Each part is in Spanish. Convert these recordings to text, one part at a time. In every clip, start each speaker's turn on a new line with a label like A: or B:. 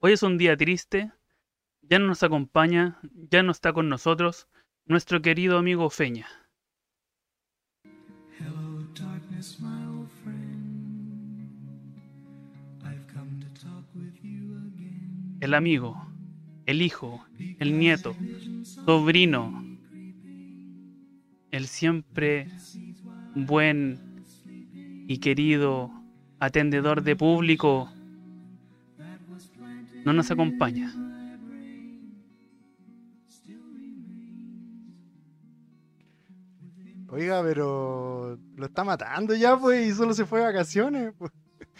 A: Hoy es un día triste, ya no nos acompaña, ya no está con nosotros nuestro querido amigo Feña.
B: Hello, darkness, my old friend. I've come to talk with you again.
A: El amigo, el hijo, el nieto, sobrino, el siempre buen y querido atendedor de público no nos acompaña.
C: Oiga, pero lo está matando ya, pues, y solo se fue de vacaciones. pues.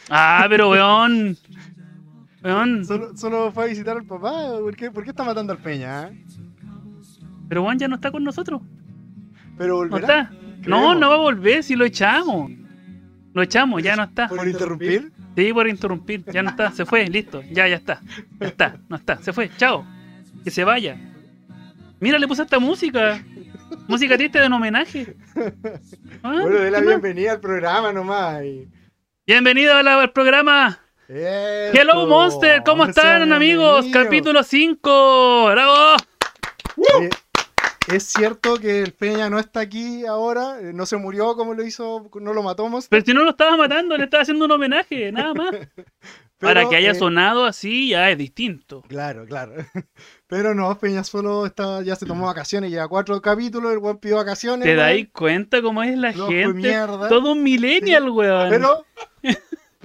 A: Ah, pero weón. Weón.
C: Solo, solo fue a visitar al papá. ¿Por qué, por qué está matando al Peña? eh?
A: Pero weón ya no está con nosotros.
C: Pero
A: No
C: volverá.
A: está. No,
C: Creemos.
A: no va a volver si lo echamos. Lo echamos, ya no está.
C: ¿Por interrumpir?
A: Sí, por interrumpir. Ya no está, se fue, listo. Ya, ya está. Ya está, no está, se fue. Chao. Que se vaya. Mira, le puse esta música. Música triste de un homenaje. Ah,
C: Bueno, de la
A: ¿qué más?
C: bienvenida al programa nomás. y-
A: Bienvenido a la- al programa.
C: ¡Eso!
A: Hello Monster, ¿cómo están
C: Sean
A: amigos?
C: bienvenidos.
A: Capítulo 5. ¡Bravo!
C: Eh, Es cierto que el Peña no está aquí ahora, eh, no se murió como lo hizo, no lo matamos.
A: Pero si no lo estaba matando, le estaba haciendo un homenaje, nada más. Pues, Para
C: pero,
A: que haya
C: eh,
A: sonado así ya es distinto.
C: Claro, claro. Pero no, Peña solo está, ya se tomó vacaciones, lleva cuatro capítulos, el weón pidió vacaciones.
A: ¿Te
C: weón.
A: dais cuenta cómo es la
C: Flojo de
A: gente?
C: mierda.
A: Todo un millennial, weón.
C: Pero,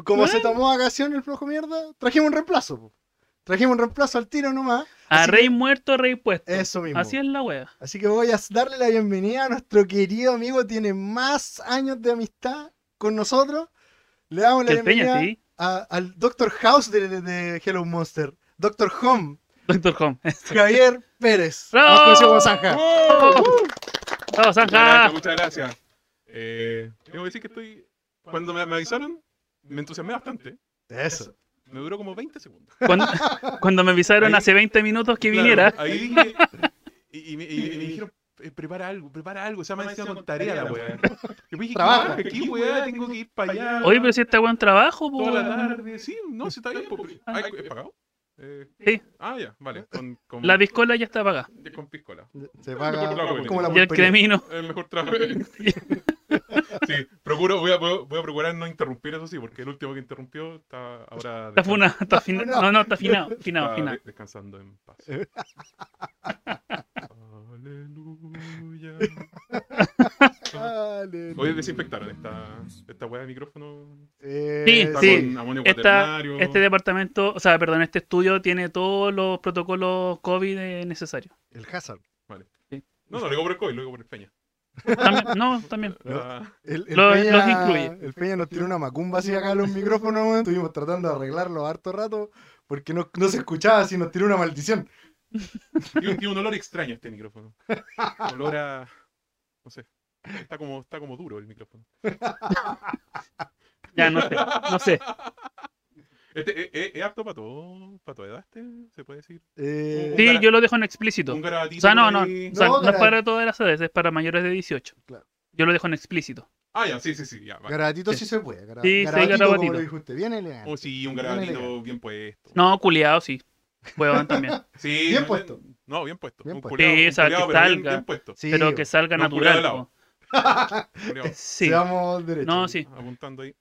C: como se tomó vacaciones el flojo mierda, trajimos un reemplazo. po. Trajimos un reemplazo al tiro nomás.
A: a
C: así
A: rey
C: que-
A: muerto, rey puesto.
C: Eso mismo.
A: Así es la wea.
C: Así que voy a darle la bienvenida a nuestro querido amigo, tiene más años de amistad con nosotros. Le damos la
A: El
C: bienvenida
A: Peña, sí.
C: a- al Doctor House de, de- de Hello Monster, Doctor Home,
A: Doctor Home.
C: Javier Pérez.
A: ¡Bravo!
C: Más conocido como Zanja.
A: Vamos,
D: Muchas gracias,
A: Zanja.
D: muchas gracias. Eh, debo decir que estoy. Cuando me, me avisaron, me entusiasmé bastante.
C: Eso.
D: Me duró como 20 segundos.
A: Cuando, cuando me avisaron
D: Ahí-
A: hace 20 minutos que
D: Claro,
A: viniera,
D: Ahí dije. Y, y me, y- y me dijeron, "Eh, prepara algo, prepara algo. Se llama encima con tarea la weá. Yo dije,
C: Trabaja.
D: trabaja. ¿Qué weá? Tengo que ir para allá.
A: oye, pero uh, si está buen trabajo, po,
D: Toda la
A: weón.
D: tarde. Sí, no, si está bien. pues, po, pero-
A: Ah.
D: Ay, ¿Es pagado? Eh,
A: Sí.
D: Ah, ya, vale. Con, con,
A: La piscola ya está pagada.
D: con piscola.
C: Se paga
D: Mejor
C: como la
A: Y el
C: pulpería.
A: cremino.
D: El mejor trabajo. sí, procuro, voy a, voy a procurar no interrumpir eso sí, porque el último que interrumpió está ahora.
A: Está
D: descansando,
A: funado, está fina-
C: funado.
A: No, no, está finado, finado,
D: está
A: finado.
D: de- descansando en paz. Aleluya. Hoy
C: Aleluya.
D: desinfectaron esta, esta weá de micrófono.
C: Eh,
A: Sí,
D: Está
A: sí.
D: con amonio
A: Esta,
D: cuaternario.
A: este departamento, o sea, perdón, este estudio tiene todos los protocolos COVID eh, necesarios.
C: El Hazard.
D: No, no, lo digo por el COVID, lo digo por el Peña.
A: También- no, también.
D: La-
C: El, el
A: Los-
C: Peña,
A: los incluye.
C: el Peña nos tiró una macumba así acá en los micrófonos, weón. Estuvimos tratando de arreglarlo harto rato porque no, no se escuchaba así, nos tiró una maldición.
D: tiene, tiene un olor extraño este micrófono. Olor a. No sé. Está como, está como duro el micrófono.
A: Ya, no sé. No sé.
D: Este, ¿es, es- es apto para todo, para toda edad este? ¿Se puede decir?
C: Eh,
A: Sí, yo lo dejo en explícito.
D: Un garabatito.
A: O sea, no,
D: por
A: no.
D: ahí.
A: O sea,
C: No,
A: no es
C: cara-
A: para todas las edades, es para mayores de 18.
C: Claro.
A: Yo lo dejo en explícito.
D: Ah, ya, sí, sí, sí, ya, vale.
C: Garabatito sí.
A: Sí.
C: se puede. gara-
A: Sí, sí,
C: garabatito, como
A: garabatito.
C: lo dijo usted, bien elegante.
D: Oh, sí, un
C: Bien elegante.
D: garabatito bien puesto.
A: No, culiado, sí. Huevón también.
D: Sí,
C: Bien
D: no,
C: puesto.
D: No, bien puesto.
C: Bien
D: un
C: puesto.
D: culeado,
A: Sí,
D: un
A: esa que
D: culeado, pero bien-
A: salga.
D: Bien puesto.
C: Sí,
A: pero que salga
D: no, culiao
A: natural.
D: de lado.
A: po.
D: culeado,
A: Sí,
C: Seamos derechos.
A: No, sí.
D: Apuntando ahí.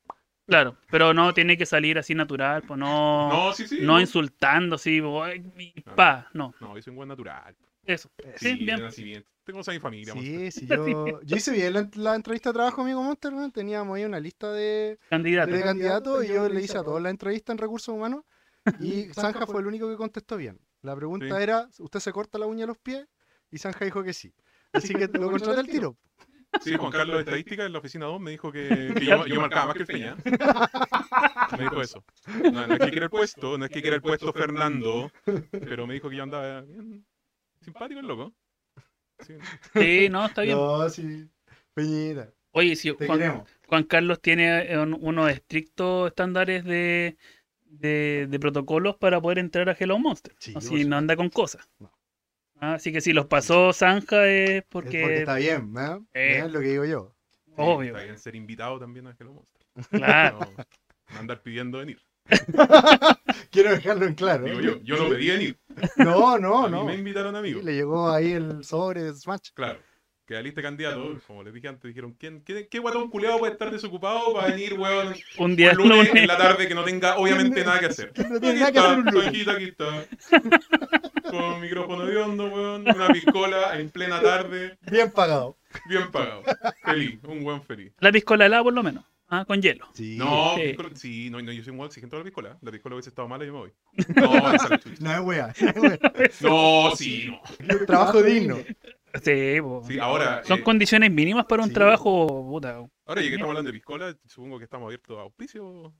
A: claro. Pero no, tiene que salir así natural, pues no,
D: No, sí, sí.
A: no, insultando, sí. po, ay, mi Pa, no.
D: No, yo soy un buen natural.
A: Eso. Sí,
D: Sí, de
A: bien.
D: nacimiento. Tengo esa mi familia. monstruo.
C: Sí, sí, yo, yo hice bien la, la entrevista de trabajo, amigo Monster, weón. teníamos ahí una lista de,
A: Candidato.
C: de candidatos y yo le hice a todos la entrevista en recursos humanos y Zanja fue el único que contestó bien. La pregunta
D: Sí.
C: era, ¿usted se corta la uña de los pies? Y Zanja dijo que sí. Así que lo contraté al tiro.
D: Sí, Juan Carlos de Estadística en la oficina 2 me dijo que, que yo, yo marcaba más que el Peña. Me dijo eso. No, no es que quiera el puesto, no es que quiera el puesto Fernando, pero me dijo que yo andaba bien simpático el loco. Sí.
A: Sí, no, está bien.
C: No, sí. Peñita,
A: Oye, si
C: te
A: Juan,
C: queremos.
A: Juan Carlos tiene eh, un- unos estrictos estándares de, de, de protocolos para poder entrar a Hello Monster.
C: Sí, por
A: Así
C: supuesto.
A: no anda con cosas.
C: No.
A: Así que si los pasó Zanja es
C: Es porque
A: porque...
C: está bien, ¿no?
A: Eh.
C: Es lo que digo yo.
D: Sí,
A: Obvio.
D: Está bien ser invitado también a Hello Monster.
A: Claro.
D: No, no andar pidiendo venir.
C: Quiero dejarlo en claro.
D: Digo yo, yo no pedí venir.
C: No,
D: A
C: no,
D: mí
C: no.
D: me invitaron amigos.
C: Le llegó ahí el sobre de Smash.
D: Claro. Queda lista candidato. Como les dije antes, dijeron: ¿Quién, qué, qué guatón culeado puede estar desocupado para venir, weón,
A: Un día
D: un lunes
A: lunes.
D: en la tarde que no tenga obviamente nada que hacer?
C: No
D: Aquí
C: tiene nada que
D: está,
C: hacer un lunes.
D: Aquí está, aquí está. Con un micrófono de hondo, weón. Una piscola en plena tarde.
C: Bien pagado.
D: Bien pagado. Feliz. Un buen feliz.
A: La piscola helada, por lo menos. Ah, con hielo.
C: Sí.
D: No,
A: Sí.
D: piscola- sí, no, no, yo soy un weón exigente de la piscola. La piscola hubiese estado mala y yo me voy. No, esa es la chucha.
C: No es wea. no es wea.
D: No, sí, no.
C: Un trabajo digno.
A: Sí, po.
D: Sí, ahora,
A: Son
D: eh,
A: condiciones mínimas para un
C: sí.
A: trabajo, puta.
D: Ahora ya que estamos hablando de piscola, supongo que estamos abiertos a auspicio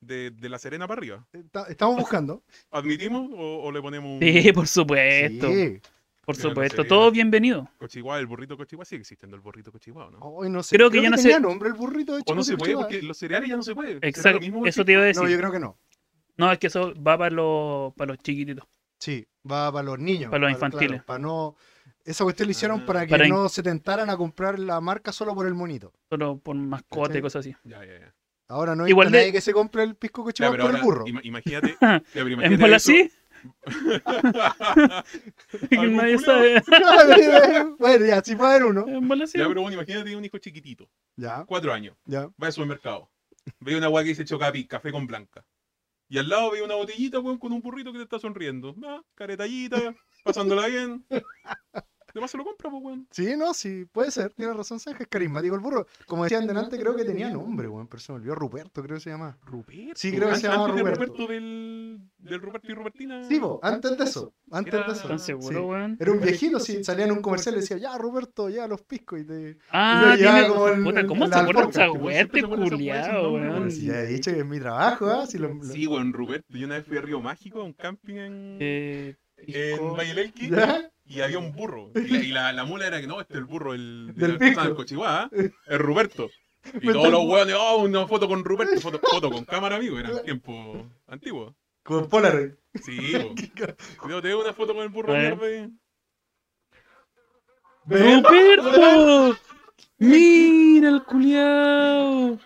D: de, de la Serena para arriba.
C: Está- Estamos buscando.
D: ¿Admitimos o, o le ponemos un
A: Sí, por supuesto.
C: Sí.
A: Por
D: Mira, no
A: supuesto.
D: sé.
A: Todo bienvenido.
D: cochiguá, el burrito cochiguá? Sigue existiendo el burrito cochiguá, ¿no?
C: Hoy no sé.
A: Creo que ya no
C: tenía
A: sé.
C: nombre el burrito de
D: O no se puede
C: Chicoche,
D: porque los cereales ya no se puede. Era lo
A: Exacto.
D: mismo que
A: Eso te iba a
C: No, yo
A: decir.
C: creo que no.
A: No, es que eso va para los, para los chiquititos.
C: Sí, va para los niños.
A: Para los infantiles.
C: claro, para no... Esa cuestión la hicieron
D: Ah.
C: para que
A: Para in-
C: no se tentaran a comprar la marca solo por el monito.
A: Solo por mascote
C: ¿Cachai?
A: y cosas así.
D: Ya, ya, ya.
C: Ahora no hay
A: Igual de-
C: nadie que se compre el pisco
D: Ya,
C: cochiguá
D: pero
C: por el
D: ahora,
C: burro.
D: ima- imagínate. ya, pero
A: ¿Es
D: imagínate
A: para
D: eso.
A: así? Que
D: Algún
A: nadie
D: culiao.
A: sabe.
C: bueno, ya, sí puede haber uno.
A: ¿Es para así?
D: Ya, pero bueno, imagínate un hijo chiquitito,
C: Ya,
D: cuatro años,
C: ya.
D: va al supermercado, ve una agua que dice Chocapic, café con blanca. Y al lado ve una botellita, weón, con un burrito que te está sonriendo. Ah, caretallita, pasándola bien. Además se lo compra, pues, weón.
C: Sí, no, sí, puede ser. Tiene razón, Sanja, es carismático el burro. Como decían delante, creo que este tenía nombre, weón, pero se me olvidó Ruperto, creo que se llama.
D: Ruperto.
C: Sí, creo que se
D: Antes-
C: llama
D: antes del
C: Ruperto.
D: Ruperto del, del Ruperto y Rupertina.
C: Sí, po, Mm, antes de eso. Antes
D: Era-
C: de eso.
A: ¿Están seguros,
C: sí.
A: weón?
C: Era un viejito, sí, salía en un comercial y decía, ya, Roberto, ya los pisco. Y te...
A: Ah,
C: lo llevaba
A: tiene...
C: como en-
A: Puta,
C: en
A: ¿cómo
C: la
A: se acuerda
C: alforja,
A: esa
D: que
A: weá
D: siempre
A: este
D: se acuerda esa weá,
A: culiao,
D: ese nombre,
A: weón?
C: Bueno, si ya he dicho que es mi trabajo, ¿ah? Si lo- lo-
D: Sí, weón, Ruperto. Yo una vez fui a Río Mágico a un camping en,
A: Eh,
D: en
A: Pisco.
D: Valle del Elqui,
C: ¿Ya?
D: y había un burro. Y la, y la- la mula era que no, este es el burro el, de
C: Del
D: la fiesta
C: pico.
D: del Cochiguá, ¿eh? es Ruperto. Y
C: Me
D: todos
C: tengo-
D: los weones, oh, una foto con Ruperto, foto, foto con cámara, amigo. Era tiempo antiguo.
C: Con Polaroid.
D: Sí, weón. Yo te veo una foto con el burro
A: Bueno.
D: mierda. y-
C: ¿Ven?
A: ¡Ruperto! ¡Mira el culiao!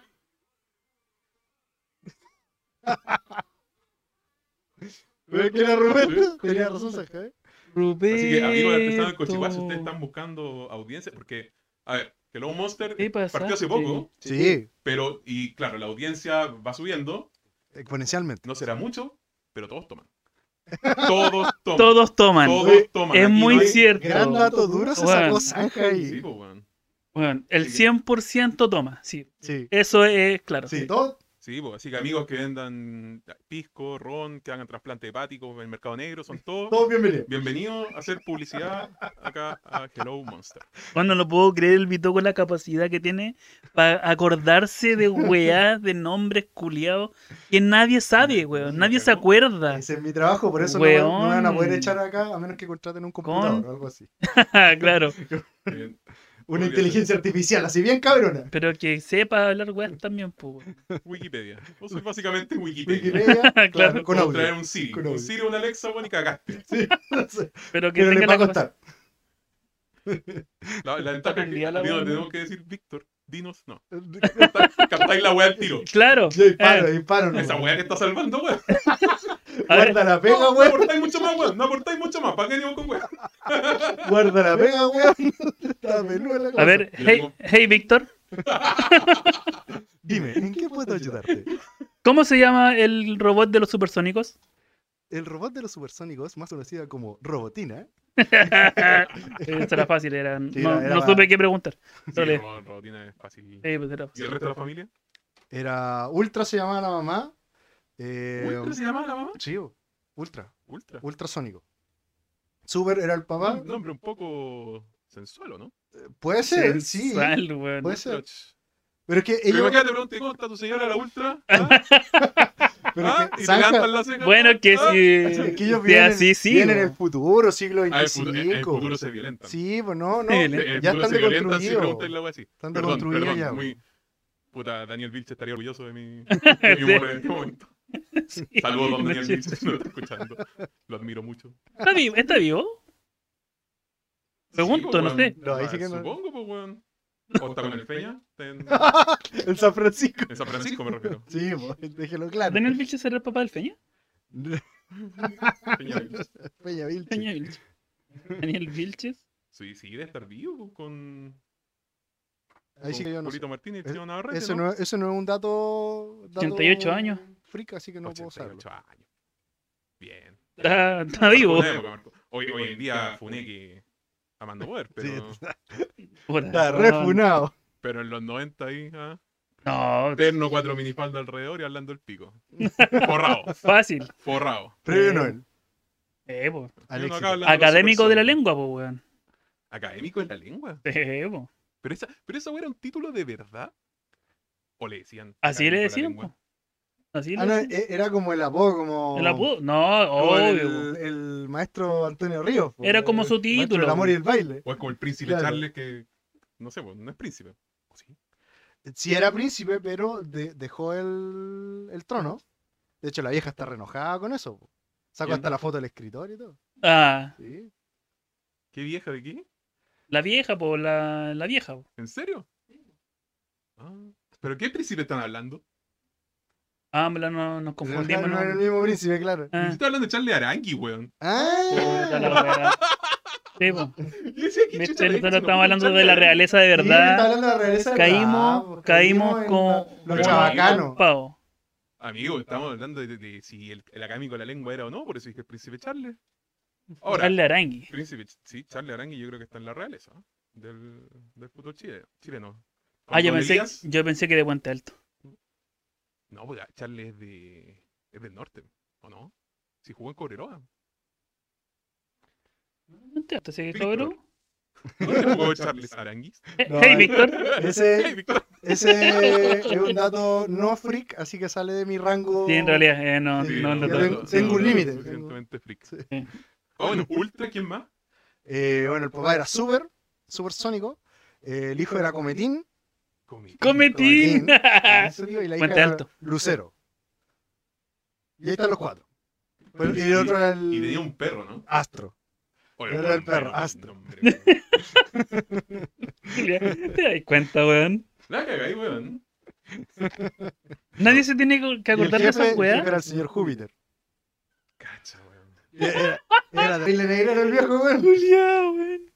C: ¿Ven que era Roberto? Tenía razón, Saja, ¿eh?
A: ¡Ruperto!
D: Así que, amigos del Pesado del Cochiguá, si ustedes están buscando audiencia, porque, a ver, Hello Monster
A: ¿Qué pasa?
D: partió hace poco,
C: Sí,
D: pero, y claro, la audiencia va subiendo,
C: exponencialmente.
D: no será mucho, pero todos toman. Todos toman. Todos,
A: Todos toman.
D: toman.
A: es
D: Aquí
A: muy
D: no hay-
A: cierto.
C: Gran dato duro se
A: Bueno.
C: sacó Sanja
D: Sí,
C: ahí.
D: po, weón.
A: Bueno, el
D: Sí.
A: 100% toma, sí.
C: Sí,
A: Eso es claro.
C: sí, todo.
D: Sí, po, así que amigos que vendan ah, pisco, ron, que hagan trasplante hepático en el mercado negro, son todos
C: Todos bienvenidos.
D: bienvenidos a hacer publicidad acá a Hello Monster.
A: Bueno, no puedo creer el Vito con la capacidad que tiene para acordarse de weá, de nombres culiados que nadie sabe, weón. Nadie se acuerda.
C: Ese es mi trabajo, por eso no, me- no me van a poder
A: Weón.
C: echar acá a menos que contraten un computador o algo así.
A: claro.
D: Eh,
C: Una
D: Podría
C: inteligencia artificial, así bien cabrona.
A: Pero que sepa hablar weá también, pues. weón.
D: Wikipedia. Vos sois básicamente Wikipedia.
C: Wikipedia, claro,
A: Claro.
C: con
D: Podemos traer
C: audio.
D: un Siri.
C: Con audio.
D: Un Siri, una Alexa, bueno, y cagaste.
A: Pero que
C: Pero
A: tenga
C: les va
A: la
C: a
A: capacidad.
C: costar.
D: La, la ventaja es que
A: Olvidala,
D: amigo,
A: weón.
D: tenemos que decir, Víctor, dinos, no. Captáis la weá al tiro.
A: Claro.
C: Yo disparo,
A: eh,
C: disparo. no.
D: Esa weá que está salvando, weón.
C: Guarda la pega,
D: No, no
C: weón.
D: aportáis mucho más, weón. No aportáis mucho más. ¿Para qué digo con weá?
C: Guarda la pega, weón. Está peluda la cosa.
A: a ver,
D: Yo
A: hey,
D: tengo-
A: hey Víctor,
C: Dime, ¿en qué puedo ayudarte?
A: ¿cómo se llama el robot de los supersónicos?
C: El robot de los supersónicos, más conocida como Robotina,
A: Eh, Esa era fácil, era,
C: Sí,
A: no,
C: era- era
A: no
C: más-
A: supe qué preguntar.
D: Sí,
A: Dale.
D: no, no, tiene fácil.
A: Eh, pues era
D: ¿Y
A: fácil.
D: el resto de la familia?
C: era Ultra, se llamaba la mamá. Eh,
D: ¿Ultra se llamaba la mamá?
C: sí, bo, Ultra,
D: Ultra.
C: ultrasónico. Super era el papá.
D: Un nombre un poco sensual, ¿o ¿no?
C: Puede ser, sí.
A: Sensual, weón.
C: Puede
D: Pero
C: ser.
D: ch-
C: Pero es que
D: pero
C: ellos.
D: imagínate, te pregunté cómo está tu señora la ultra. ¿Ah?
C: Pero
D: ¿Ah?
C: es que,
D: Y te
C: Sanja,
D: levantan la ceja.
A: Bueno, que
D: ¿Ah?
A: si.
C: es que ellos
A: si
C: vienen,
A: así, sí.
C: vienen en
A: weón.
C: el futuro, siglo
D: Ah, el futuro, el- el
C: XXV.
D: futuro se violenta.
C: Sí, pues no, no.
A: Sí,
D: El- el
C: ya están
D: futuro se violenta si
C: deconstruidos.
D: preguntáis la weá así.
C: Están
D: Perdón,
C: deconstruidos
D: perdón,
C: ya. bo.
D: muy... Puta, Daniel Vilche estaría orgulloso de mi, de mi humor en este momento.
A: Sí.
D: Saludos, don
A: No
D: Daniel
A: sé.
D: Vilche, si no está escuchando. Lo admiro mucho.
A: ¿Está vivo? ¿Está vivo? Pregunto,
D: pues,
A: no
D: weón.
A: sé.
C: No, ahí sí que no.
D: Supongo, pues, weón. ¿O está con el Peña? En,
C: El San Francisco.
D: en San Francisco me refiero.
C: Sí, po, déjelo claro.
A: ¿Daniel Vilches será el papá del Feña?
D: Peña Vilches.
C: Peña Vilche.
A: Feña Vilches. Daniel Vilches.
D: Sí, sí, debe estar vivo con.
C: Ahí sí que yo no sé.
D: Polito Martínez y
C: Es-
D: Chino Navarrete.
C: Eso
D: ¿no?
C: no, eso no es un dato, dato
A: 88 años.
C: Frica, así que no puedo usarlo.
D: 88 años. Bien.
A: Está, Ah, está vivo.
D: Una época, Marco. Hoy, hoy en día Funeki amando poder, pero,
C: Sí, está- está
A: Corazón.
C: refunado.
D: pero en los 90 ahí, ah,
A: No,
D: terno, cuatro minifaldas alrededor y hablando el pico. Forrado,
A: fácil.
D: forrado.
C: Premio
A: Eh,
C: Nobel.
A: Eh, po.
C: al
D: Uno
C: éxito.
D: acá hablando
A: Académico de la
D: supersónico.
A: lengua, po, weón.
D: Académico de la lengua.
A: Eh, po.
D: Pero esa, pero esa wea era un título de verdad. O le decían.
A: Así le
D: académico de la
A: decían,
D: lengua?
A: po. Así le
C: Ah, no,
A: decían.
C: e- era como el apodo, como.
A: El apodo. No,
C: como
A: obvio. po.
C: el, el maestro Antonio Ríos. po,
A: Era como
C: el
A: su
C: maestro del
A: título.
C: amor y el baile.
D: O es como el príncipe
C: Claro.
D: Charles que. No sé, pues, no es príncipe. ¿O sí?
C: Sí, era príncipe, pero de- dejó el, el trono. De hecho, la vieja está renojada con eso. po. Sacó
D: Bien.
C: hasta la foto del escritorio y todo.
A: Ah,
C: Sí.
D: ¿Qué vieja de qué?
A: la vieja, po, la, la vieja, po.
D: ¿En serio? Ah, ¿Pero qué príncipe están hablando?
A: Ah, me la- no, nos confundimos.
C: No, no era el
A: ¿no?
C: mismo príncipe, claro.
A: Ah,
D: Estoy hablando de Charles Arangui, weón.
A: puta la
C: Ah,
A: weá. Sí, po.
D: Yo decía, ¿qué
A: Viste,
D: chucha
A: Nosotros
D: le dicen?
A: estamos hablando de la
D: Charles Arangui.
A: realeza de
C: sí, está
A: verdad.
C: hablando de la realeza,
A: Caímos-
C: ah, pues,
A: caímos
C: en
A: como-
C: la-
D: como
C: Los chabacanos.
A: Pavo.
D: Amigo, estamos hablando de, de si el, el académico de la lengua era o no, por eso dije el príncipe Charles. Ahora,
A: Charles Arangui.
D: príncipe, Ch- sí, Charles Arangui yo creo que está en la realeza ¿eh? del, del puto Chile, chileno.
A: Ah, yo
D: Con
A: pensé,
D: Elías-
A: yo pensé que de Puente Alto.
D: No, pues ah, Charles es, de, es del norte, ¿o no? Si jugó en Cobreroa.
A: Puente Alto, ¿sí,
D: Víctor.
A: cabrón?
D: ¿Dónde jugó Charles Arangui?
A: Eh,
C: No,
A: hey,
C: eh.
A: Víctor.
D: Hey,
C: Ese,
D: Víctor.
C: ese es un dato no freak, así que sale de mi rango.
A: Sí, en realidad, eh, no,
C: Sí,
A: no, no,
C: yo
D: no,
A: no.
C: tengo- tengo un
D: no,
C: límite, tengo-
D: Suficientemente freak.
C: Sí.
D: Ah, bueno, Ultra, ¿quién más?
C: Eh, bueno, el papá era super, supersónico. Eh, el hijo era Cometín.
D: Comitín.
A: Cometín.
C: Cometín, y la hija
A: Puente
C: era
A: Alto.
C: Lucero. Y ahí están los cuatro. Pero- y el otro era el
D: Y tenía un perro, ¿no?
C: Astro.
D: Oye,
C: Era
D: buen
C: el perro,
D: nombre,
C: Astro.
D: nombre, weón.
A: Te das cuenta, weón.
D: La cagáis, weón.
A: Nadie se tiene que- que
C: Y el
A: acordar de
C: jefe-
A: esas
C: el
A: weas.
C: jefe Era el señor Júpiter.
D: Cacha, weón.
C: Era, era terrible negro era el viejo, weón.
A: Juliá, weón.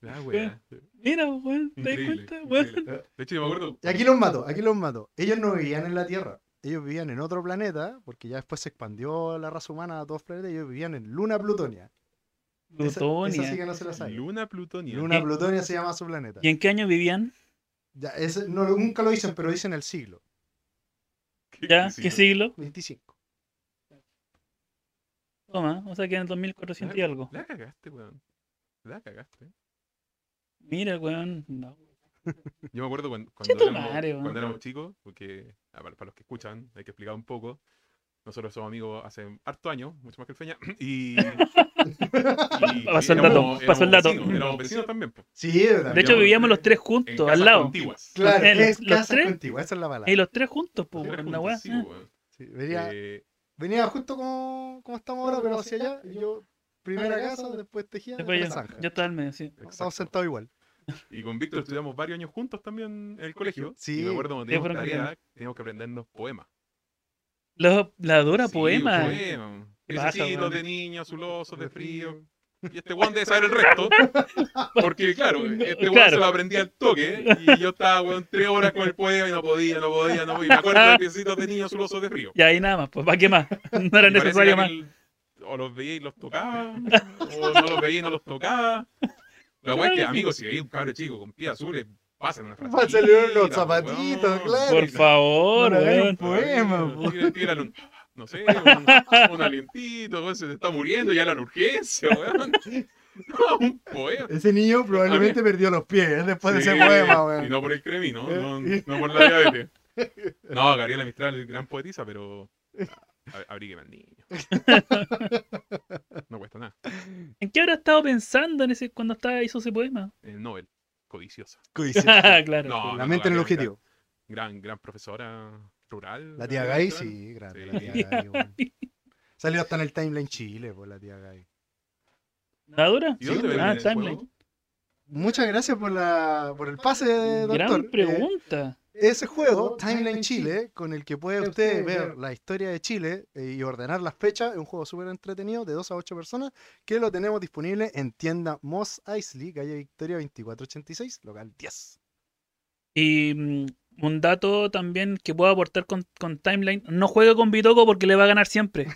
D: La weá.
A: Mira, weón, ¿te das
D: Increíble,
A: cuenta?
D: increíble.
A: Weón.
D: De hecho, yo me acuerdo.
C: Y aquí los mató, aquí los mató. Ellos no vivían en la Tierra. Ellos vivían en otro planeta, porque ya después se expandió la raza humana a todos planetas. Ellos vivían en Luna Plutonia. Esa- Esa, sí
A: Plutonia.
C: que no se la sabe.
D: Luna Plutonia.
C: Luna
A: ¿Y-
C: Plutonia se llama su planeta.
A: ¿Y en qué año vivían?
C: Ya, ese- no, nunca lo dicen, pero dicen el siglo.
D: ¿Qué-
A: ¿Ya?
D: qué
A: ¿Qué
D: siglo?
A: siglo?
C: 25.
A: Toma, o sea que en el 2400 y algo.
D: La cagaste, weón. La cagaste.
A: Mira, weón. No.
D: Yo me acuerdo cuando,
A: Che,
D: cuando,
A: tu
D: éramos,
A: madre, weón.
D: cuando éramos chicos, porque ah, para, para los que escuchan, hay que explicar un poco. Nosotros somos amigos hace harto años, mucho más que el Feña, y... y-
A: Pasó el
D: y
A: dato,
D: éramos-
A: pasó el
D: éramos
A: dato.
D: vecinos, éramos vecinos también, po,
C: Sí,
A: De hecho,
D: Vivíamos
A: vivíamos los
D: entre-
A: tres
D: en
A: juntos,
D: casas
A: al lado.
D: contiguas.
C: Claro,
A: eh,
C: es
A: los
C: casa
A: tres-
C: contigua, esa es la palabra.
A: Y los tres juntos, pues,
D: Los tres
A: weón, la
D: juntos,
A: weá.
D: sí,
A: ah.
D: weón.
C: Sí, venía,
D: Eh,
C: venía justo como, como estamos ahora, pero hacia allá. y Yo, primera casa, después tejía,
A: Después
C: después
A: yo,
C: zanja.
A: yo estaba al medio, sí.
D: exacto.
C: Estamos sentados igual.
D: Y con Víctor estudiamos varios años juntos también en el colegio.
C: Sí.
D: Y me acuerdo cuando
A: Sí,
D: teníamos
A: fueron
D: tarea, teníamos que aprendernos poemas.
A: Lo- la dura
D: Sí,
A: poema. eh.
D: poemas.
A: ¿Qué pasa,
D: Pececitos
A: weón?
D: de niño, azulosos de frío. Y este weón debe saber el resto. Porque, claro, este weón
A: Claro.
D: se lo aprendía al toque. Y yo estaba, weón, tres horas con el poema y no podía, no podía, no podía. Y me acuerdo de piecitos de niño azulosos de frío.
A: Y ahí nada más, pues, ¿para qué más? No era
D: Y parece que
A: necesario más.
D: aquel O los veía y los tocaba. O no los veía y no los tocaba. La weá es que, amigos, si veía un cabro chico con pies azules, pásenle una frase.
C: Pásenle unos zapatitos, claro.
A: Por favor,
C: No le hagan
A: weón.
C: Poema, po.
D: Tírale- tírale un- No sé, un, un alientito, weón, se te está muriendo, ya la urgencia, weón. No, un poema.
C: Ese niño probablemente perdió los pies después de
D: Sí,
C: ese poema,
D: Y
C: weón.
D: no por el cremi, ¿no?
C: Eh,
D: No,
C: y-
D: no por la diabetes. No, Gabriela Mistral es gran poetisa, pero a- abrígueme al niño. No cuesta nada.
A: ¿En qué habrá estado pensando en ese, cuando estaba, hizo ese poema?
D: El Nobel, codiciosa.
A: Ah, claro.
D: No,
C: La mente en el
D: Gabriela
C: objetivo.
D: Mistral, Gran, gran profesora rural.
C: La tía Gai,
D: Gabriela
C: sí, grande.
D: Sí.
C: La tía Gai, weón. Salió hasta en el timeline Chile, pues, la tía Gai.
A: ¿La dura?
D: Mistral. ¿Y dónde
A: ah,
D: venden el
A: timeline.
D: juego?
C: muchas gracias por, la, por el pase, doctor.
A: Gran
C: Eh,
A: pregunta.
C: ese juego, Timeline Chile, con el que puede usted ver la historia de Chile eh, y ordenar las fechas, es un juego súper entretenido de 2 a 8 personas que lo tenemos disponible en tienda Moss Eisley, calle Victoria 2486, local 10.
A: Y mm, un dato también que puedo aportar con, con Timeline. No juegue con Bitoco porque le va a ganar siempre.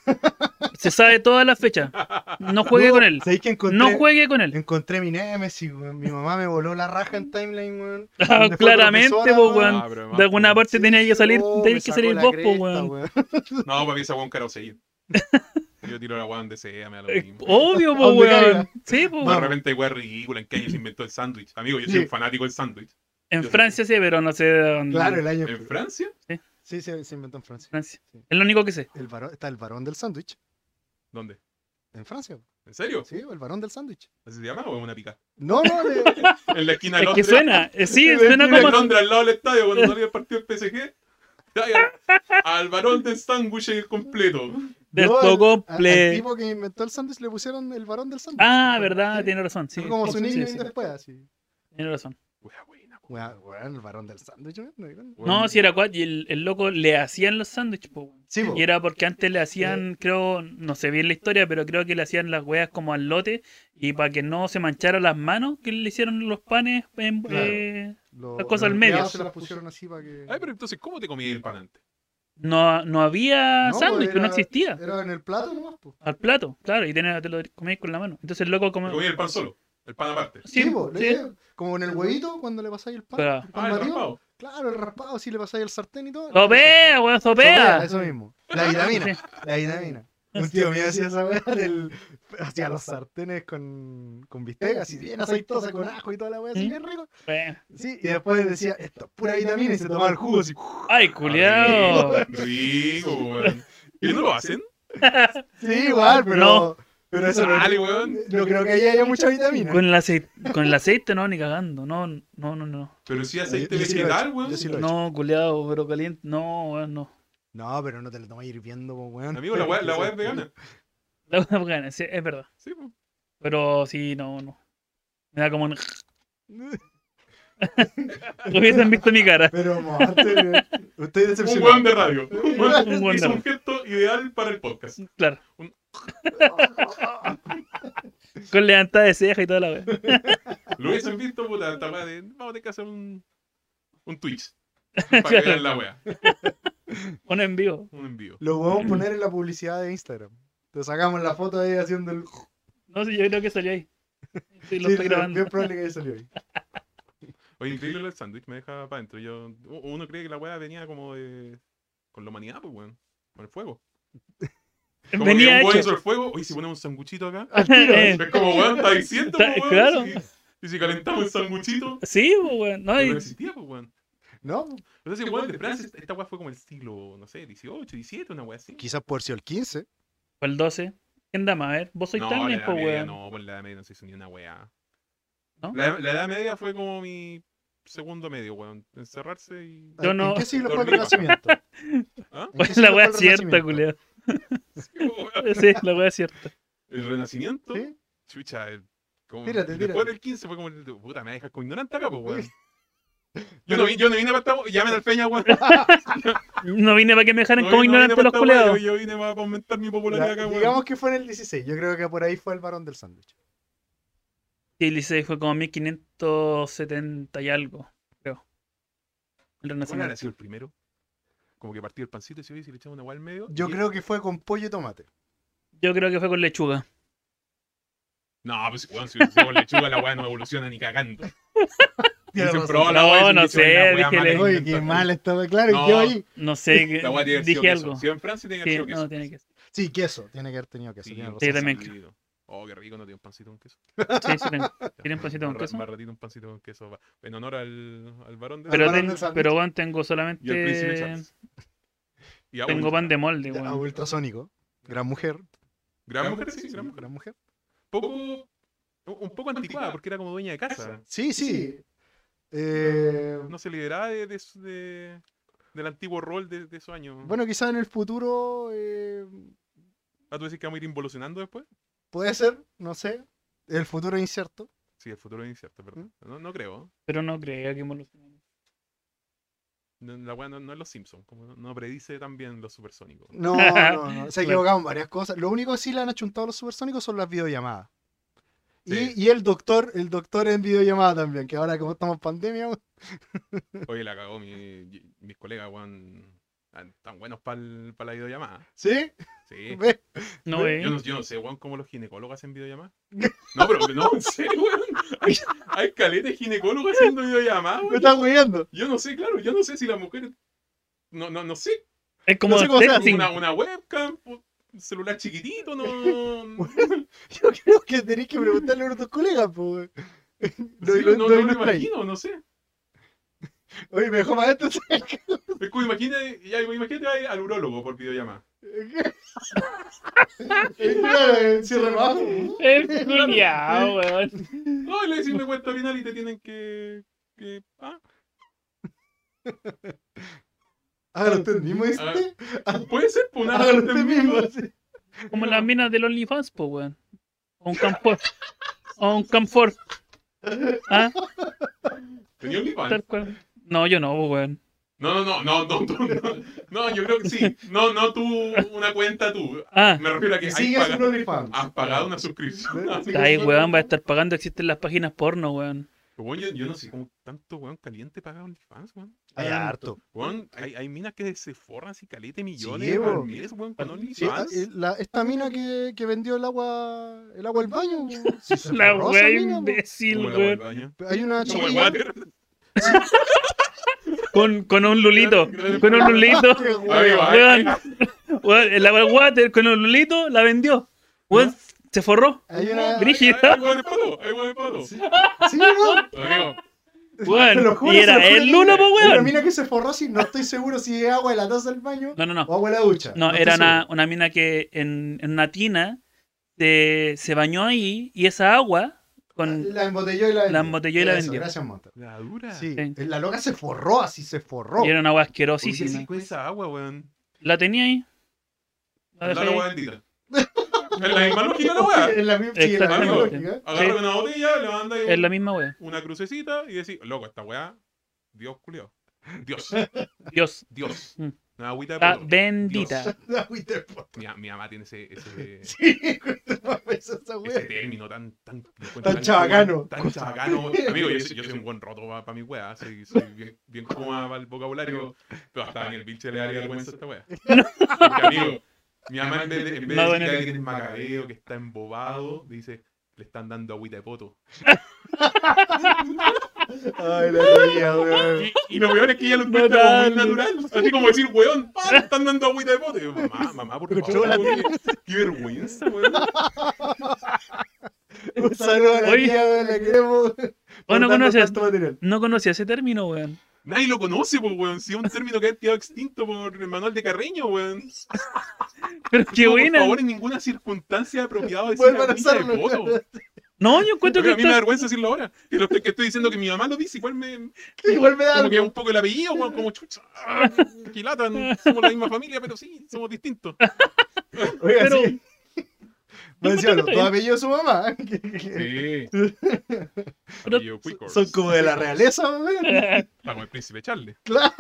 A: Se sabe todas las fechas. No juegue
C: No,
A: con él.
C: ¿sabéis que encontré,
A: No juegue con él.
C: encontré mi Nemesis, weón? Mi mamá me voló la raja en Timeline, weón.
A: Ah,
C: donde fue
A: claramente,
C: profesora,
A: po,
C: weón.
D: Ah,
A: weón. Ah, De alguna parte
C: Sí,
A: tenía que salir,
C: oh, me
A: tenía que
C: sacó
A: salir
C: la
A: vos, po,
C: cresta,
A: weón.
D: No, para mí esa weón caro seguir. Yo tiro la weón donde sea, me da lo
A: Eh,
D: mismo.
A: Obvio,
C: ¿A
A: po,
C: dónde
A: weón.
C: caiga?
A: Sí, po.
D: No, de
C: vamos.
D: repente hay weón ridícula en qué año se inventó el sándwich. Amigo, yo soy
C: Sí.
D: un fanático del sándwich.
A: En Francia sí, pero no sé de dónde.
C: Claro, el año.
D: ¿En Francia?
C: Sí, se, se inventó en Francia.
A: Francia.
C: Sí.
A: Es lo único que sé.
C: El varón- está el varón del sándwich
D: ¿Dónde?
C: en Francia.
D: ¿En serio?
C: Sí, el varón del sándwich.
D: ¿Así se llama o es una pica?
C: No, no, le-
D: En la esquina de
A: Es que
D: Londres.
A: suena. eh, Sí,
C: Me
A: suena
D: En la
A: como.
D: Londres, al lado del estadio, cuando salió el partido del PSG. traía Al varón del sándwich en el completo.
A: Del
C: no,
A: todo
C: al- Al,
A: completo.
C: tipo que inventó el sándwich le pusieron el varón del sándwich.
A: Ah,
C: Sí,
A: verdad,
C: sí.
A: tiene razón. Sí,
C: Fue como
A: sí,
C: su
A: sí,
C: nickname
A: sí,
C: después, así.
A: tiene razón.
D: Wea buena, po.
C: Weón, weón, el varón del sándwich, weón, weón.
A: No, si era cuat, y el, el loco le hacían los sándwiches, po. weón.
C: Sí, po.
A: Y era porque antes le hacían, creo, no sé bien la historia, pero creo que le hacían las huevas como al lote y para que no se mancharan las manos, que le hicieron los panes en-
C: Claro.
A: eh,
C: Lo-
A: las cosas
C: los
A: al medio.
C: empleados Se las pusieron así para que.
D: Ay, pero entonces, ¿cómo te comí el pan antes?
A: no, no había
C: No, po,
A: sándwich, pues no
C: era-
A: existía.
C: Era en el plato nomás, pues.
A: Al plato, claro, y tenés, te lo comías con la mano. Entonces el loco
D: Te
A: como...
D: comí el pan solo. El pan aparte.
A: Sí,
C: po, le-
A: sí.
C: como en el huevito cuando le pasáis el pan.
A: Claro.
C: el pan
D: Ah, el
C: batido.
D: raspado.
C: Claro, el raspado, si le pasáis el sartén y todo.
A: ¡Sopea, weón,
C: Sopea,
A: sopea!
C: Eso mismo. La vitamina.
A: Ah, Sí.
C: La vitamina. Un tío mío hacía esa weá del. Hacía los sartenes con, con bistec, así bien aceitosa, con ajo y toda la weá, así
A: ¿Mm?
C: bien rico.
A: Bueno.
C: Sí, y después decía, esto es pura vitamina y se tomaba el jugo así.
A: ¡Ay, culiao!
D: Ah, Rico, weón. ¿Y no lo hacen?
C: Sí, igual, pero.
A: No.
C: Pero eso no.
D: Dale, weón.
C: No creo que ahí haya mucha vitamina.
A: Con el, aceite, con el aceite no, ni cagando. No, no, no, no.
D: Pero si aceite
C: Yo- yo sí lo he
D: vegetal,
C: hecho,
D: weón.
C: yo sí lo he hecho.
A: No, culiado, pero caliente. No, weón, no.
C: No, pero no te lo tomas hirviendo, po, weón.
D: Amigo, la weá la weá es vegana.
A: La buena bacana, sí, es verdad.
D: Sí, po.
A: Pero sí, no, no. Me da como un. Hubiesen visto mi cara.
C: Pero, monte, weón. Estoy
D: Un weón
C: decepcionado.
D: de radio. Un
A: Un
D: weón
A: weón de
D: hizo
A: radio.
D: un gesto ideal para el podcast.
A: Claro.
D: Un-
A: Con levantada de ceja y toda la wea.
D: Lo hubiesen visto, puta, esta weá de. Vamos a tener que hacer un. Un Twitch. Para que vean la weá.
A: Uno en vivo.
D: Un envío.
C: Lo vamos a poner en la publicidad de Instagram. Te sacamos la foto ahí haciendo el.
A: No sé, yo creo que salió ahí. Sí, lo
C: Sí,
A: estoy grabando.
C: Bien probable que haya salido ahí.
D: Oye, increíble el sándwich, me deja para adentro. Yo, u- uno cree que la weá venía como de. con la humanidad, pues weón. Con el fuego. Como
A: Venía
D: que un weón
A: hecho.
D: hizo el fuego. Oye, si ponemos un sanguchito acá.
C: Al tiro.
A: Eh,
D: Es como weón, está diciendo,
A: Está-
D: pues, weón.
A: claro.
D: Y si- Y si calentamos el sanguchito.
A: Sí, po, weón. No,
D: Pero
A: y-
D: no existía, pues weón.
C: No,
D: Entonces, weón, de Francia, esta weá fue como el siglo, no sé, 18, 17, una weá así.
C: quizás por si el 15.
A: fue el 12. ¿Quién da más? A ver, vos sois
D: no,
A: tan
D: la
A: también,
D: edad
A: po,
D: media,
A: weón.
D: no, por la edad media no se hizo ni una weá.
A: ¿No?
D: La, la edad media fue como mi segundo medio, weón. Encerrarse y.
A: Yo no-
C: ¿En qué siglo fue el
D: Dormí.
C: Renacimiento?
D: ¿Ah?
C: ¿En qué
A: Pues la
C: siglo
A: wea
C: fue el
A: es cierta,
C: Renacimiento?
A: culiado.
D: weón.
A: Sí, la wea es cierta.
D: El renacimiento.
C: ¿Sí?
D: Chucha, el- como,
C: Tírate,
D: después
C: tírate.
D: del 15 fue como el. Puta, me dejas con ignorante acá, pues weón. Yo no, vi- yo no vine para esta weá. Llamen al Peña, weón.
A: No vine para que me dejaran
D: No
A: como
D: vine- no vine
A: ignorante
D: para
A: los
D: esta weá,
A: culiados.
D: Yo, yo vine para aumentar mi
C: Ya,
D: popularidad acá, weón.
C: digamos que fue en el 16. Yo creo que por ahí fue el varón del sándwich.
A: Sí, el Licey fue como 1570 y algo, creo. El
D: ¿Cuál habrá
A: Renacimiento.
D: sido el primero? Como que partió el pancito y se oye si le echamos una agua al medio.
C: Yo
D: y-
C: creo que fue con pollo y tomate.
A: Yo creo que fue con lechuga.
D: No, pues weón, si hubiese sido con lechuga la weá no evoluciona ni cagando.
C: Tienes
D: Dicen,
C: razón.
D: "Probó la
A: No,
D: weá y
A: no
D: le hicieron
A: sé,
D: la weá
A: dije,
D: mala
A: le-
D: que
C: Oye, qué
D: inventaron".
C: mal estaba, claro.
D: No.
C: y quedó ahí.
A: No sé, que-
D: La weá tiene que haber sido
A: dije
D: queso.
A: algo.
D: Si en Francia tiene que
A: Sí,
D: haber sido
A: no,
D: queso.
A: tiene que ser.
C: Sí, queso. Tiene que haber tenido queso.
D: Sí,
C: tiene razón.
A: Sí, también
D: sí. Oh, qué rico, no tiene un pancito con queso.
A: Sí, sí, tengo. ¿Tienen pancito con
D: Más ra-
A: queso?
D: Más ratito un pancito con queso. va. En honor al, al varón de
A: Pero,
C: Alvarado
A: tengo,
C: en sándwich.
A: pero bueno, tengo
D: y al príncipe
A: solamente.
D: Charles. Y a
A: Tengo
D: Ultra.
A: pan de molde,
C: Ya,
A: weón.
C: ultrasónico. Gran mujer.
D: Gran mujer, sí, gran mujer.
C: Gran mujer.
D: Poco, un- un poco anticuada, porque era como dueña de casa.
C: Sí, sí. Eh,
D: No se liberaba de, de, su- de- del antiguo rol de, de esos años.
C: bueno, quizás en el futuro eh,
D: Ah, tú decís que vamos a ir involucionando después.
C: puede ser, no sé. El futuro es incierto.
D: Sí, Sí, el futuro es incierto, perdón. No, no creo.
A: Pero no creo que evolucionemos.
D: No- La weá no, no es los Simpsons. Como no, no predice tan bien los supersónicos.
C: No, no, no. Se ha equivocado en varias cosas. Lo único que sí le han achuntado a los supersónicos son las videollamadas. Y,
D: Sí.
C: y el doctor, el doctor en videollamada también, que ahora como estamos en pandemia, weón,
D: Oye, la cagó mi, mis colegas, weón. tan- Tan buenos para la videollamada.
C: ¿sí?
D: Sí.
C: Ve,
A: No, eh.
D: Yo no, yo no sé, weón, cómo los ginecólogos hacen videollamadas. No, pero no, en serio, weón. Hay, hay caleta de ginecólogos haciendo videollamadas,
C: Me
D: weón.
C: estás huyendo.
D: Yo no sé, claro, yo no sé si las mujeres. No, no, no sé.
A: Es como
C: No sé cómo se hace.
A: texting.
D: Una, una webcam, po- un celular chiquitito, no. no,
C: Yo creo que tenés que preguntarle a uno de tus colegas, pues. Lo,
D: sí,
C: lo- lo
D: no, no me
C: ilustráis.
D: imagino, no sé.
C: Oye, me dejó más esto.
D: Es como imagínate, ya, imagínate ahí al urólogo por videollamada.
C: claro, eh, cierre más.
A: Es culiao, weón.
D: No, y le decís me cuenta final y te tienen que. que ah,
C: Hágalo usted mismo, dice
D: Ah.
C: usted.
D: puede ser, pues nada,
C: Hágalo usted
D: este
C: mismo.
D: mismo.
C: sí.
A: Como las minas del OnlyFans, po, weón. O un Camfor. O un Camfor. ¿Ah?
D: Tenía mi pan.
A: Tal cual. No, yo no, po, weón.
D: No, no, no, no, no, no, no, yo creo que sí. No, no tú, una cuenta tú.
A: Ah,
D: Me refiero a que Ah, has
C: Sigue su
D: pagado,
C: OnlyFans.
D: has pagado una suscripción. Así
A: está
D: que-
A: ahí, weón, va a estar pagando. Existen las páginas porno, weón.
D: Weón, yo, yo no sé cómo tanto weón caliente paga OnlyFans, weón.
C: Hay
D: ah,
C: harto.
D: Weón, hay, hay minas que se forran así calete millones
C: Sí,
D: al
C: weón.
D: mes, weón, con
C: Sí, ah,
D: OnlyFans.
C: eh, la- esta mina que, que vendió el agua el agua al baño. po. Sí, se
A: La
C: forró esa
A: weá
C: mina, po.
A: imbécil,
D: Como la weá del
A: weón.
D: baño.
C: Hay una
D: Como el
C: chiquilla.
D: water.
A: Con, con un lulito.
D: Gran- gran-
A: Con un lulito.
C: Qué weá.
D: Amigo, hay- hay-
C: eh.
A: Weón, el agua water con un lulito la vendió. Weón, se forró.
C: Hay una.
A: Brígido.
D: hay- hay weón de pato, hay weón de pato.
C: Sí, no.
D: Amigo,
C: Te
A: Weón,
C: lo juro,
A: y
C: se lo
A: era
C: juro
A: el
C: que-
A: Luna, po,
C: Una
A: weón.
C: mina que se forró si no estoy seguro si es agua de la taza del baño
A: No, no, no.
C: o agua de la ducha.
A: No,
C: estoy
A: era una,
C: seguro.
A: una mina que en, en una tina se, se bañó ahí y esa agua con...
C: Ah, La embotelló y la vendió.
A: La embotelló y la
C: Eso,
A: vendió. Ah,
C: Gracias, Monta.
D: la dura.
C: Sí,
A: Sí.
C: la loca se forró, así se forró.
A: y era una agua
D: ¿Por qué
A: asquerosísima.
D: se cuece esa agua, weón?
A: La tenía ahí. La
D: La
A: dejé
D: agua
A: ahí.
D: bendita. Es la misma lógica la weá.
C: Es la misma sí, es la misma
D: Exactamente.
C: lógica.
D: Agarra
A: Sí.
D: una botella, le manda ahí
A: Es la misma wea.
D: una crucecita y decís, loco, esta weá, Dios culiao. Dios,
A: Dios,
D: Dios.
A: Mm.
D: Una agüita de
A: la
D: poto.
A: bendita.
C: La agüita de poto.
D: Mi, mi mamá tiene ese, ese,
C: Sí, cuéntame esa
D: ese
C: wea.
D: término tan tan lo encuentro
C: Tan chabacano.
D: Tan chabacano. Amigo, yo, soy- yo soy un buen roto para mi wea. Soy, soy bien, bien coma para el vocabulario. Pero hasta en el Vilche le daría vergüenza a esta wea. Porque, amigo, mi mamá en vez de, en vez de
A: No, bueno,
D: decir que
A: no.
D: alguien es macabeo, que está embobado, dice, le están dando agüita de poto.
C: Ay, la teoría, weón.
D: Y, y lo peor es que ella lo encuentra como muy natural. Así como decir, weón, pa, le están dando agüita de pote. Mamá, mamá, por favor.
C: Contrólate.
D: weón, Qué, qué vergüenza, weón.
C: Un saludo a la
A: Oye.
C: tía, weón, la queremos.
A: Bueno,
C: Por darnos
A: conoces.
D: este
C: tanto material.
A: No conocía ese término, weón.
D: Nadie lo conoce, pues, weón. Si es un término que ha quedado extinto por el manual de Carreño, weón.
A: Pero qué
D: No,
A: buena.
D: Por favor, en ninguna circunstancia apropiada decir
C: Vuelvan a
D: agüita de
C: hacerlo.
D: poto.
A: No, yo encuentro
D: Porque
A: que
D: a mí me da
A: está...
D: vergüenza decirlo ahora. Que lo que estoy diciendo que mi mamá lo dice, igual me.
C: Igual me da
D: Como que es
C: algo.
D: un poco el apellido, weón. Como chucha. ah, Qué lata, no somos la misma familia, pero sí, somos distintos.
C: Oiga,
A: Pero-
C: sí. Me decía,
A: encuentro que
C: los
A: está
C: apellidos de su mamá. Que- que- que-
D: Sí.
A: Pero-
D: Apellido Quickors.
C: Son como de la realeza, weón.
D: Está como el príncipe Charles.
C: Claro.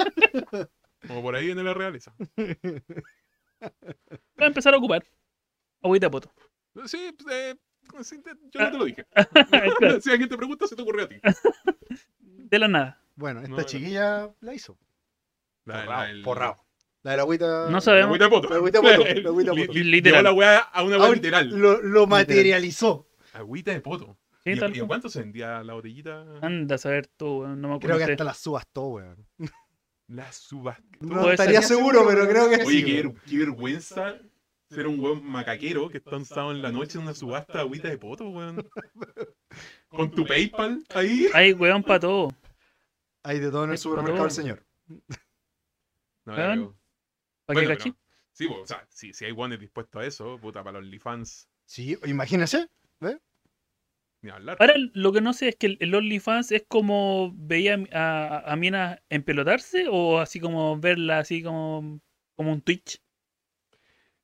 D: Como por ahí viene la realeza.
A: Voy a empezar a ocupar. Agüita poto.
D: Sí, pues, eh, sí, te- yo no te lo dije.
A: Ah, Claro,
D: si alguien te pregunta, se te ocurrió a ti.
A: De la nada.
C: Bueno, esta
D: No, no.
C: chiquilla la hizo.
D: La-
C: Forrao,
D: la- el-
C: forrao. La de la agüita.
A: No
D: La
A: sabemos.
D: Ah, agüita de poto.
C: La agüita de poto,
D: El-
C: la agüita de
D: li-
C: poto.
D: li- llevó
A: Literal.
D: la weá a una weá
C: Ahora,
D: literal.
C: Lo, lo materializó.
D: Agüita de poto.
A: Sí,
D: ¿Y,
A: tal
D: y a
A: cual. Ah.
D: cuánto se vendía la botellita?
A: Anda a saber tú, weón. No me
C: Creo
A: acuerdo.
C: que
A: de-
C: hasta la subastó, weón.
D: La subasta.
C: No
A: Puede
C: estaría
A: ser.
C: seguro, pero creo que
D: Oye,
C: sí.
D: qué,
C: weón.
D: ver- qué vergüenza ser un weón macaquero que está un sábado en la noche en una subasta de agüita de poto, weón. Con tu PayPal ahí.
A: Ay, weón, para todo.
C: Hay de todo en el
A: Sí,
C: supermercado,
A: todo.
C: el señor.
D: No,
A: Weón.
D: amigo.
A: ¿Para qué
D: Bueno,
A: cachí?
D: pero- Sí, po, o sea, si, si hay guanes dispuestos a eso, puta, para los OnlyFans,
C: Sí, imagínese.
D: ni hablar.
A: Ahora, lo que no sé es que el- el OnlyFans es como veía a, a, a minas empelotarse o así como verla así como, como un Twitch.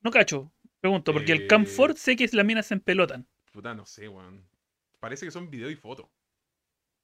A: No cacho, pregunto, porque el
D: Eh.
A: Camford sé que las minas se empelotan.
D: Puta, no sé, weón. Parece que son video y foto.
C: Ah,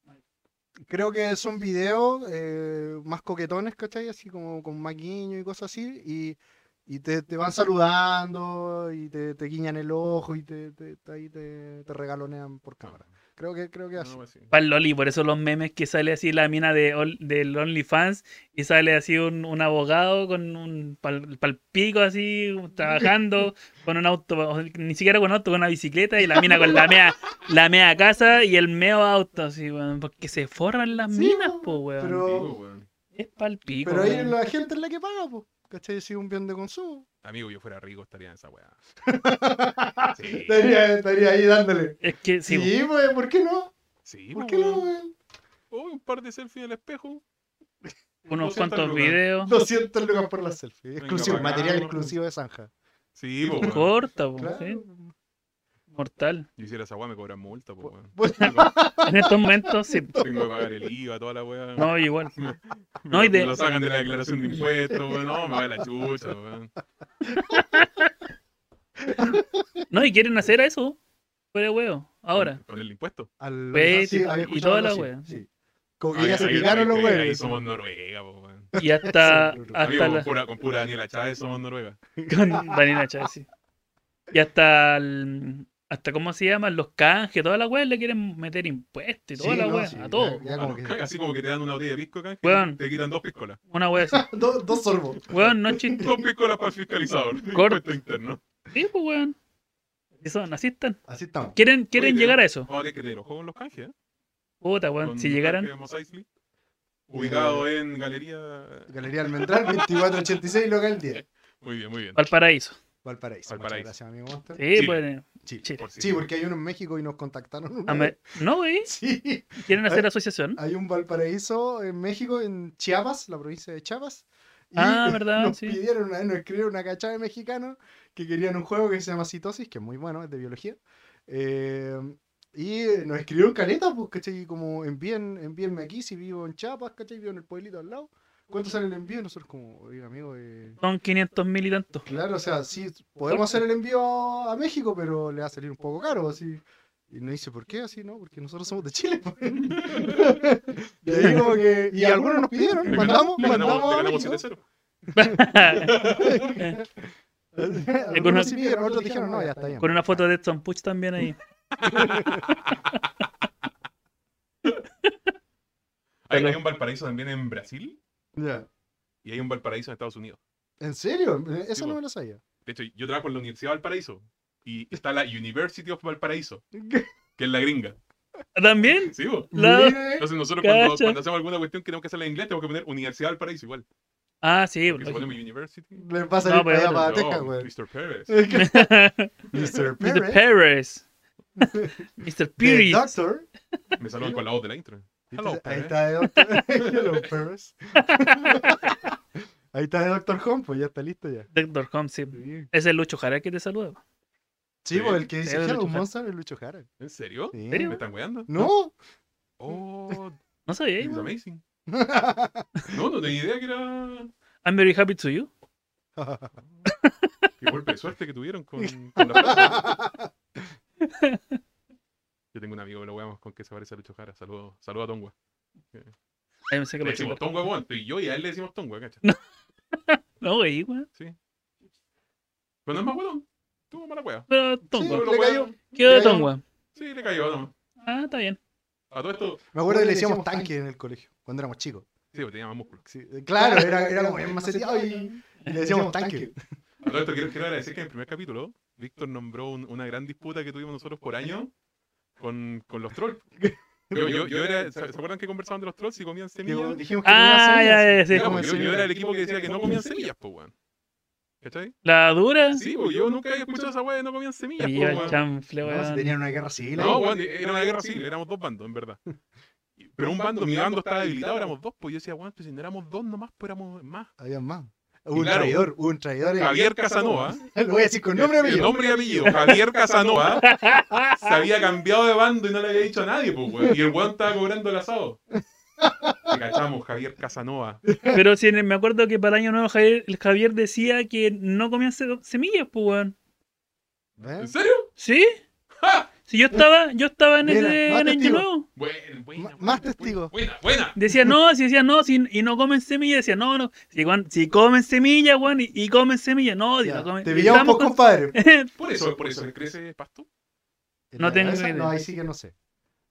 C: Creo que son videos eh, más coquetones, ¿cachai? Así como con maquiño y cosas así. Y, y te, te van saludando y te, te guiñan el ojo y te, te, te- ahí te, te regalonean por cámara. Creo que, creo que
D: No,
C: así.
D: pues sí.
A: Para Loli, por eso los memes que sale así la mina de Ol- del OnlyFans y sale así un, un abogado con un pal, palpico así, trabajando con un auto, o ni siquiera con auto, con una bicicleta y la mina con la mea, la mea casa y el meo auto, así, weón, porque se forran las
C: Sí,
A: minas,
C: weón,
A: po, weón.
D: Sí,
C: pero-
D: pues, weón.
A: Es palpico.
C: Pero ahí
A: weón.
C: la gente es la que paga, pues. ¿Cachai? Si es un bien de consumo.
D: Amigo, yo fuera rico estaría en esa weá. Sí,
C: Estaría, estaría ahí dándole.
A: Es que sí,
C: Sí, pues, ¿por qué no?
D: sí,
C: ¿Por
D: pues,
C: qué no,
D: weón.
C: weón?
D: Oh, un par de selfies en el espejo.
A: unos
D: 200
A: cuantos
D: lucas.
A: videos.
C: 200 lucas por la selfie.
D: Venga,
C: Exclusivo,
D: bacán,
C: material
D: weón.
C: exclusivo de Zanja.
D: Sí, pues, weón.
A: Corta, po,
C: Claro.
A: ¿sí? mortal.
D: Yo hiciera esa weá, me cobran multa, pues, weón.
C: Bueno,
A: En estos momentos, sí.
D: Tengo que pagar el IVA, toda la weá.
A: No, igual.
D: Me
A: no,
D: lo-
A: y de-
D: me lo sacan de la declaración de impuestos, weón. No, me va la chucha, weón.
A: No, y quieren hacer eso. Fuera de huevo. Ahora.
D: Con el impuesto.
C: al-
A: Ve,
C: sí,
A: y-
C: había
A: y
C: escuchado
A: toda
C: algo
A: la
C: así,
A: wea.
C: sí. Como que
D: Ahí-
C: ya se
D: ahí-
C: picaron los
D: ahí- Ahí
C: huevos.
D: somos Noruega, pues, weón.
A: Y hasta,
C: Sí, brutal.
A: hasta
D: Amigo,
A: la-
D: con, pura, con pura Daniela Chávez somos Noruega.
A: con Daniela Chávez, sí. Y hasta el- hasta cómo se llaman los canjes, toda la weá le quieren meter impuestos y toda
C: Sí,
A: la
C: no,
A: weá,
C: sí,
A: a
C: ya-
A: todo.
C: ya
D: Ah,
C: como
D: no,
C: que-
D: Así como que te dan una botella de pisco, canje,
A: Weón.
D: te quitan dos piscolas.
A: Una weá así.
C: Dos dos sorbos.
A: Weón, no es chiste.
D: Dos piscolas para el fiscalizador.
A: Corto.
D: Impuesto interno.
A: Sí, pues weón. Así son, así están.
C: Así estamos.
A: Quieren, quieren
D: Oye,
A: llegar a eso.
D: Joder, que te enojó con los canjes, ¿eh?
A: Puta, weón.
D: Con
A: Si
D: los
A: llegaran.
D: canjes de Mos Eisley, Ubicado
C: Eh.
D: en Galería.
C: Galería Almendral, 2486, local 10.
D: Muy bien, muy bien.
A: Valparaíso.
C: Valparaíso. Muchas
D: Valparaíso.
C: gracias, amigo Monster.
A: Sí,
D: Chile.
A: pues.
C: Chile.
A: Chile.
D: Por si-
C: Sí, porque hay uno en México y nos contactaron. una
A: A
C: vez.
A: me- No, wey.
C: Sí,
A: Quieren hacer asociación.
C: hay un Valparaíso en México, en Chiapas, la provincia de Chiapas. Y
A: Ah, verdad,
C: nos
A: sí.
C: pidieron, una vez nos escribieron una cachada de mexicanos que querían un juego que se llama Citosis, que es muy bueno, es de biología. Eh, y nos escribieron caletas, pues, ¿cachai? Como envíen, envíenme aquí si vivo en Chiapas, ¿cachai? Vivo en el pueblito al lado. ¿Cuánto sale el envío? Y Nosotros como, oiga, amigo, eh,
A: Son 500 mil y tantos.
C: Claro, o sea, sí, podemos hacer el envío a México, pero le va a salir un poco caro, así. Y no dice, ¿por qué así? No, porque nosotros somos de Chile. pues. y ahí como que- y algunos nos pidieron,
D: Le
C: mandamos,
D: ganamos- le ganamos-
C: mandamos
D: le
C: a
D: ganamos
C: México.
D: 7-0.
C: Algunos sí pidieron, otros dijeron, no, ya está bien.
A: Con una foto de Edson Puch también ahí.
D: Hay, hay un Valparaíso también en Brasil
C: Ya.
D: y hay un Valparaíso en Estados Unidos.
C: ¿En serio? Eso
D: Sí,
C: no
D: po.
C: me lo sabía.
D: De hecho, yo trabajo en la Universidad de Valparaíso y está la University of Valparaíso, que es la gringa.
A: ¿Ah, ¿También?
D: ¿Sí, vos?
A: La-
C: Mira, eh.
D: Entonces nosotros cuando,
A: Cacha.
D: cuando hacemos alguna cuestión que tenemos que hacerla en inglés, tenemos que poner Universidad del Paraíso igual.
A: Ah, sí.
D: Porque si
A: lógico.
D: ponemos University.
C: Le va a salir
A: No, pero
C: para allá,
A: otro-
C: para
D: no,
C: Texas, güey.
D: Mr. Perez.
C: Mr.
A: Mr.
C: Perry,
A: Perez. Mr.
C: The
A: Perez.
C: Doctor.
D: Me saludan con la voz de la intro. Hello,
C: Ahí
D: Perez.
C: está de Doctor. Hello, Perez. Ahí está de Doctor Home, pues ya está listo ya.
A: Doctor Holmes, sí.
C: Sí,
A: Es el Lucho Jara que te saluda. po.
D: Sí,
C: pues el que
A: sí,
C: dice
A: el
C: Hello
A: Lucho Jara.
C: Monster es Lucho Jara.
D: ¿En serio?
C: Sí.
A: serio?
D: ¿Me están weando?
C: No.
D: Oh,
A: No sabía.
D: it's
A: igual.
D: amazing. No, no tenía idea que era.
A: I'm very happy to you.
D: Qué golpe de suerte que tuvieron con, con la Yo tengo un amigo que lo weamos con que se parece a Lucho Jara. Saludo, saludo a Tongua.
A: Ahí me saca
D: Le
A: la
D: decimos
A: chupa.
D: Tongua, weón. tú Y yo y a él le decimos Tongua, ¿cachai?
A: No, güey, güey.
D: Sí. Pero no es más weón. Tuvo mala wea.
A: Pero
C: Sí,
A: Tongo.
D: Pero
C: le
D: weón,
C: cayó.
A: ¿Qué onda,
C: le cayó.
A: Tongo?
D: Sí, le cayó nomás.
A: Ah, está bien.
D: A todo esto,
C: Me acuerdo que le decíamos tanque en el colegio, cuando éramos chicos.
D: sí, pues tenía más músculo.
C: Sí, Claro, era, era como bien maceteado y, y le decíamos tanque.
D: A todo esto quiero, quiero agradecer que en el primer capítulo, Víctor nombró un- una gran disputa que tuvimos nosotros por año con, con los trolls. Yo, yo, yo era, ¿se se acuerdan que conversaban de los trolls y comían
C: Digo,
D: semillas?
C: dijimos que
A: Ah,
C: no iba a
A: ya,
C: ser
A: ya,
C: así.
A: sí.
D: Ya, pues,
C: Como
D: yo, yo
C: si-
D: era el equipo que decía que no comían semillas, pues weón. ¿Cachai?
A: La dura.
D: Sí, pues yo nunca había escuchado esa weá de no comían semillas,
A: Me
D: pues
A: lleva el
D: weón.
A: chanfle,
C: No, si
A: weón.
C: tenían una guerra civil.
D: No,
C: ahí.
D: weón, era una guerra civil, éramos dos bandos, en verdad. Y- Pero un bando, mi bando estaba debilitado, éramos dos, pues yo decía, weón, pues si no éramos dos nomás, pues éramos más.
C: Había más. Hubo un
D: claro.
C: traidor, hubo un traidor. en-
D: Javier Casanova.
C: Lo voy a decir con nombre y
D: El
C: apellido.
D: nombre y apellido, Javier Casanova, se había cambiado de bando y no le había dicho a nadie, pues, weón. Y el weón estaba cobrando el asado. Te cachamos, Javier Casanova.
C: ¿Eh?
A: Pero sí, me acuerdo que para Año Nuevo Javier, el Javier decía que no comían se- semillas, pues, weón.
C: ¿Eh?
D: ¿En serio?
A: ¿Sí? Si yo estaba, yo estaba en
C: Mira,
A: ese
C: más
A: en año
C: testigo.
A: nuevo.
D: Buena, buena,
C: M-
D: buena,
C: más testigos.
D: Buena, buena.
A: Decía no, si decía no, si, y no comen semillas, decía no, no. Si, guan- si comen semillas, Juan, y, y comen semillas, no, si
C: Ya,
A: no comen.
C: te pillamos
A: estamos
C: por compadre.
A: con-
D: Por eso, por eso, crece pasto.
A: No
C: Ya,
A: tengo
C: esa-
A: idea.
C: No, ahí sí que no sé.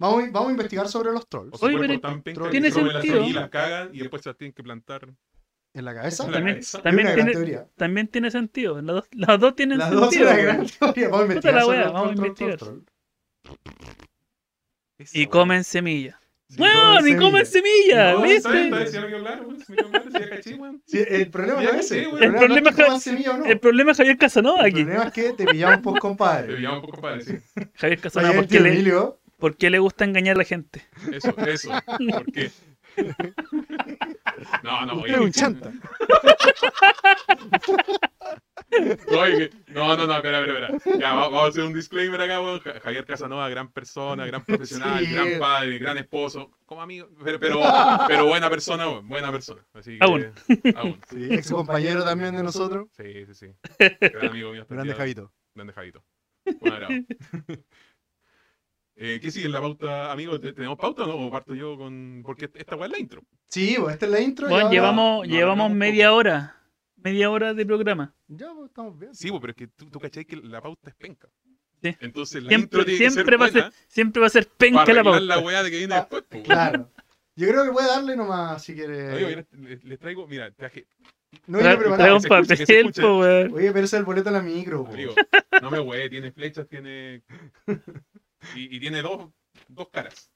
C: Vamos, a- vamos a investigar sobre los trolls.
D: O sea,
A: Oye,
D: cuerpos
A: pero
D: tan pencas que
C: tiene
D: se comen
A: sentido.
D: Las semillas, cagan y después se las tienen que plantar.
C: ¿En la cabeza?
D: Claro,
A: también,
D: esa-
A: también
C: Hay una gran
A: tiene,
C: teoría.
A: también tiene sentido. Las dos, las dos tienen
C: Las
A: sentido.
C: dos son una
A: güey.
C: gran teoría. Vamos a investigar.
A: la
C: sobre
A: wea,
C: los
A: vamos a
C: trolls,
A: investigar.
C: trolls, trolls.
D: Esa
A: Y
D: buena.
A: comen semillas.
C: Sí,
A: ¡Weón! ¡Y comen
C: semillas.
A: semillas!
C: No,
A: ¿Viste?
D: está bien, está bien, si no quiero hablar, weón, si no quiero hablar, si ya caché, weón.
C: Sí, el problema no
D: Ya,
C: es ese.
D: sí, güey.
A: El problema
C: no es que
A: es-
C: coman semilla o no.
A: El problema es Javier Casanova
C: El
A: aquí.
C: problema es que te pillamos por
D: Te
C: compadre.
D: pillaba un poco para decir.
A: Javier Casanova,
C: Oye,
A: ¿por
C: el
A: qué,
C: tío
A: le,
C: Emilio.
A: ¿por qué le gusta engañar a la gente?
D: Eso, eso. ¿Por qué? No, no,
C: Usted es
D: oye.
C: un chanta.
D: oye, que- No, no, no, espera, espera, espera. Ya, va- vamos a hacer un disclaimer acá, weón. Ja- Javier Casanova, gran persona, gran profesional,
C: Sí.
D: gran padre, gran esposo, como amigo, pero, pero, pero buena persona, weón, buena persona. Así que,
A: Aún.
D: Aún.
C: Sí, ex compañero también de nosotros.
D: Sí, sí, sí. Gran amigo mío. hasta el
C: Grande
D: día de hoy.
C: Javito.
D: Grande Javito. Buen agrado. Eh, ¿Qué sigue en la pauta, amigo? ¿Te- ¿Tenemos pauta o no? ¿O parto yo con...? Porque esta weá es la intro.
C: Sí, pues esta es la intro. y
A: Bueno,
C: ahora-
A: llevamos,
D: no,
A: llevamos
D: hablamos
A: media
D: poco.
A: hora. Media hora de programa.
C: Ya, pues estamos bien.
D: Sí, bo, pero es que tú, tú cachai que la pauta es penca.
A: Sí.
D: Entonces la intro
A: Siempre,
D: tiene que
A: siempre, va a
D: buena
A: ser, siempre va a ser penca
D: para
A: la
D: arreglar
A: pauta.
D: la weá de que viene
C: Ah,
D: después. po, weón.
C: Claro. Yo creo que voy a darle nomás si
D: Oye,
C: quieres.
D: mira, les, les traigo, mira, traje,
C: No
A: Tra-
C: viene
A: Trae
C: preparado.
A: un
D: se escuche, que se
A: papel,
D: escuche.
A: po, weón.
C: Oye, pero ese es el boleto en la micro. po.
D: amigo, no me weé, tiene flechas, tiene... Y, y tiene dos, dos caras.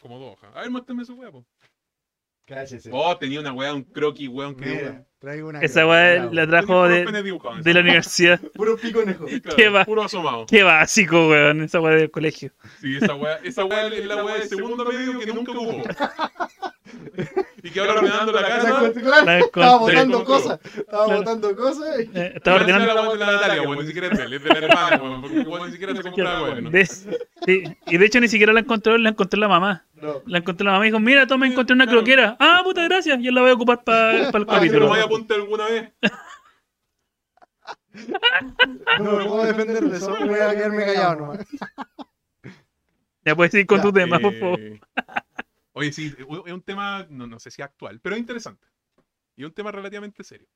D: Como dos hojas. A ver, muéstrame su weá, po.
C: Cállese.
D: Oh, tenía una weá, un croquis, weón, que
C: Mira, traigo una.
A: Esa
C: cara,
A: weá
C: bravo.
A: la trajo de, de la universidad.
C: Puro pico conejo.
A: ¿Qué va?
D: Puro asomado.
A: Qué básico, weón. Esa weá del colegio.
D: Sí, esa weá, esa weá es la weá de segundo medio que nunca hubo. Y que ahora ordenando la casa.
C: Claro,
A: La con-
C: Estaba
D: Sí,
C: botando
D: como
C: cosas. Estaba
A: Claro.
C: botando cosas. y-
A: eh, estaba
D: gracias a
A: ordenando.
D: la weá de la Natalia, weón, ni siquiera es de él, es de la hermana, weón, porque weón ni siquiera se Ah, compra la weá. ¿no?
A: de- sí, Y de hecho ni siquiera la encontró, la encontró la mamá.
C: No.
A: La encontré la mamá y dijo, mira, toma, encontré una
D: Claro.
A: croquera. Ah, puta, gracias. Yo la voy a ocupar para el
D: Ah, si no
A: capítulo.
D: me voy a apuntar alguna vez.
C: No me puedo defender de eso. Voy a quedarme callado nomás.
A: Ya puedes ir con
C: Ya,
A: tu tema, por
D: Eh,
A: favor.
D: Oye, sí, es un tema, no, no sé si actual, pero es interesante. Y un tema relativamente serio.